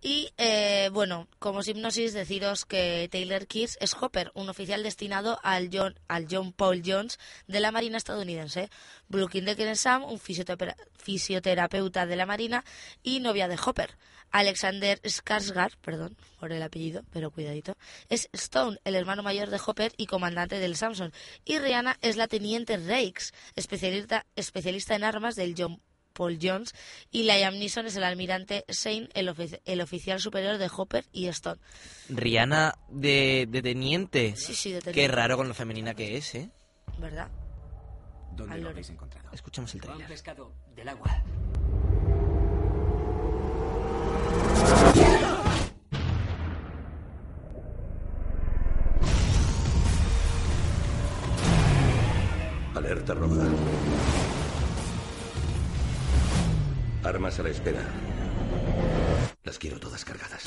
Speaker 1: Y eh, bueno, como hipnosis, deciros que Taylor Kitsch es Hopper, un oficial destinado al John, al John Paul Jones de la Marina estadounidense, Brooklyn Decker Sam, un fisiotera- fisioterapeuta de la Marina y novia de Hopper. Alexander Skarsgård, perdón por el apellido, pero cuidadito, es Stone, el hermano mayor de Hopper y comandante del Samson. Y Rihanna es la teniente Rakes, especialista, especialista en armas del John Paul Jones y Liam Neeson es el almirante Shane, el, ofici- el oficial superior de Hopper y Stone.
Speaker 2: Rihanna de, de teniente.
Speaker 1: Sí, sí, de
Speaker 2: Qué
Speaker 1: teniente.
Speaker 2: raro con lo femenina que es, ¿eh?
Speaker 1: ¿Verdad?
Speaker 9: ¿Dónde
Speaker 1: Al
Speaker 9: lo
Speaker 1: loro.
Speaker 9: habéis encontrado?
Speaker 2: Escuchamos el trailer.
Speaker 9: pescado del agua.
Speaker 10: Alerta roja. Armas a la espera. Las quiero todas cargadas.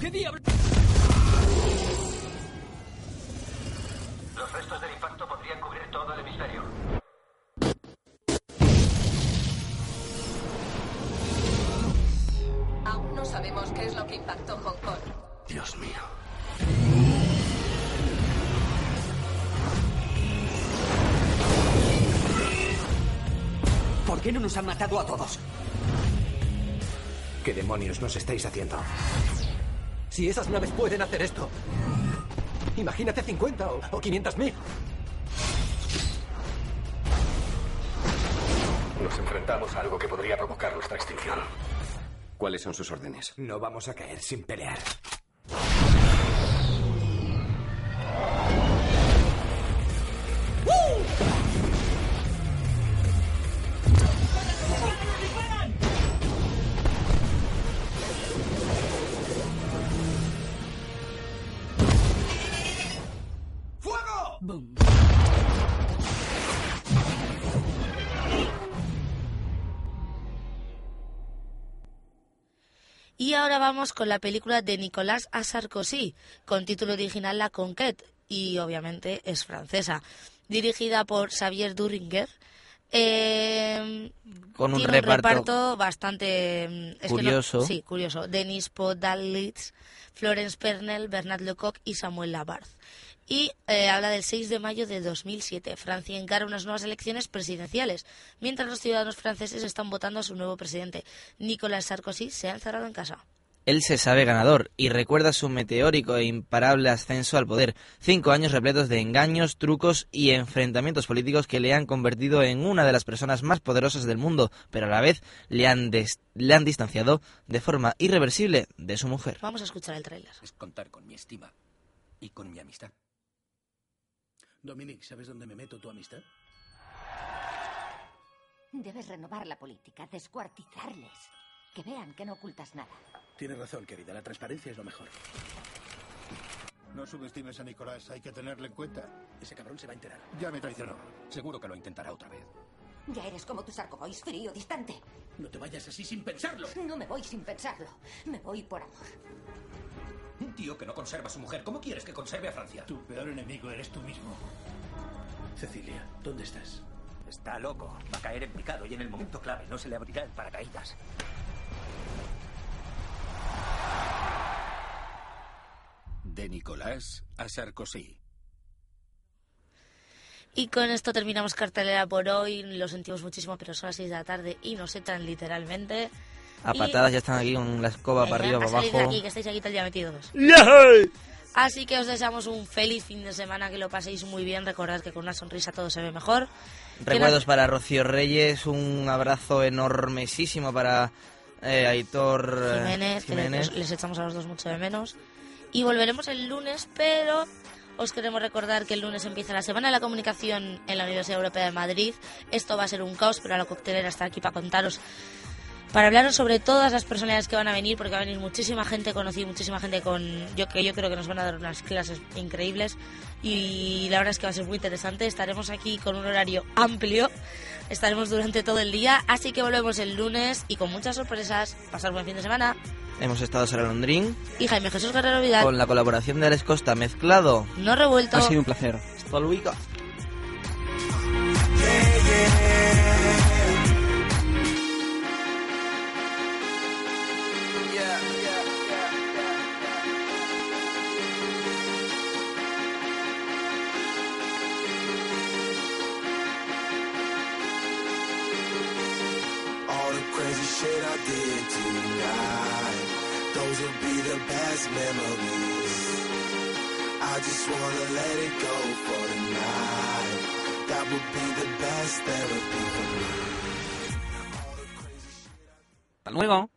Speaker 9: ¿Qué diablo?
Speaker 10: Los restos del impacto podrían cubrir todo el hemisferio.
Speaker 11: Aún no sabemos qué es lo que impactó Hong Kong.
Speaker 10: Dios mío.
Speaker 9: ¿Por qué no nos han matado a todos?
Speaker 10: ¿Qué demonios nos estáis haciendo?
Speaker 9: Si esas naves pueden hacer esto. Imagínate 50 o, 500 mil.
Speaker 10: Nos enfrentamos a algo que podría provocar nuestra extinción. ¿Cuáles son sus órdenes? No vamos a caer sin pelear.
Speaker 9: ¡Fuego!
Speaker 1: Y ahora vamos con la película de Nicolas A. Sarkozy, con título original La Conquête, y obviamente es francesa, dirigida por Xavier Duringer. Eh,
Speaker 2: Con un
Speaker 1: tiene
Speaker 2: reparto-
Speaker 1: bastante mm, es que no-
Speaker 2: Curioso.
Speaker 1: sí, curioso. Denis Podalitz, Florence Pernell, Bernard Lecoq y Samuel Labarth. Y eh, habla del 6 de mayo de 2007. Francia encara unas nuevas elecciones presidenciales, mientras los ciudadanos franceses están votando a su nuevo presidente. Nicolas Sarkozy se ha encerrado en casa.
Speaker 2: Él se sabe ganador y recuerda su meteórico e imparable ascenso al poder. Cinco años repletos de engaños, trucos y enfrentamientos políticos que le han convertido en una de las personas más poderosas del mundo, pero a la vez le han, des- le han distanciado de forma irreversible de su mujer.
Speaker 1: Vamos a escuchar el tráiler.
Speaker 9: Es contar con mi estima y con mi amistad. Dominic, ¿sabes dónde me meto tu amistad?
Speaker 12: Debes renovar la política, descuartizarles. Que vean que no ocultas nada.
Speaker 9: Tienes razón, querida. La transparencia es lo mejor.
Speaker 13: No subestimes a Nicolás, hay que tenerle en cuenta.
Speaker 9: Ese cabrón se va a enterar.
Speaker 13: Ya me traicionó. Seguro que lo intentará otra vez.
Speaker 12: Ya eres como tus arcobois, frío, distante.
Speaker 9: No te vayas así sin pensarlo.
Speaker 12: No me voy sin pensarlo. Me voy por amor.
Speaker 9: Un tío que no conserva a su mujer, ¿cómo quieres que conserve a Francia? Tu peor enemigo eres tú mismo. Cecilia, ¿dónde estás? Está loco. Va a caer en picado y en el momento clave no se le abrirá el paracaídas.
Speaker 13: De Nicolás a Sarkozy.
Speaker 1: Y con esto terminamos cartelera por hoy. Lo sentimos muchísimo, pero son las 6 de la tarde y nos echan literalmente.
Speaker 2: A
Speaker 1: Y-
Speaker 2: patadas ya están aquí con la escoba para
Speaker 1: Venga,
Speaker 2: arriba,
Speaker 1: a
Speaker 2: para
Speaker 1: salir de
Speaker 2: abajo.
Speaker 1: aquí, que estáis aquí todo el día metidos.
Speaker 2: ¡Yay!
Speaker 1: Así que os deseamos un feliz fin de semana, que lo paséis muy bien. Recordad que con una sonrisa todo se ve mejor. Que
Speaker 2: Recuerdos para Rocío Reyes, un abrazo enormesísimo para eh, Aitor eh,
Speaker 1: na- Jiménez, que
Speaker 2: Jiménez.
Speaker 1: les, les echamos a los dos mucho de menos. Y volveremos el lunes, pero os queremos recordar que el lunes empieza la Semana de la Comunicación en la Universidad Europea de Madrid. Esto va a ser un caos, pero la coctelera está aquí para contaros para hablaros sobre todas las personalidades que van a venir, porque va a venir muchísima gente conocida, muchísima gente con yo que yo creo que nos van a dar unas clases increíbles y la verdad es que va a ser muy interesante. Estaremos aquí con un horario amplio, estaremos durante todo el día, así que volvemos el lunes y con muchas sorpresas. Pasar buen fin de semana.
Speaker 2: Hemos estado Sara Londrín
Speaker 1: Y Jaime Jesús Guerrero Vidal.
Speaker 2: con la colaboración de Alex Costa mezclado.
Speaker 1: No revuelto.
Speaker 2: Ha sido un placer. Hasta luego.
Speaker 14: All the crazy shit I did tonight. Those will be the best memories. I just wanna let it go for tonight. That would be the best therapy for me.
Speaker 3: Hasta luego.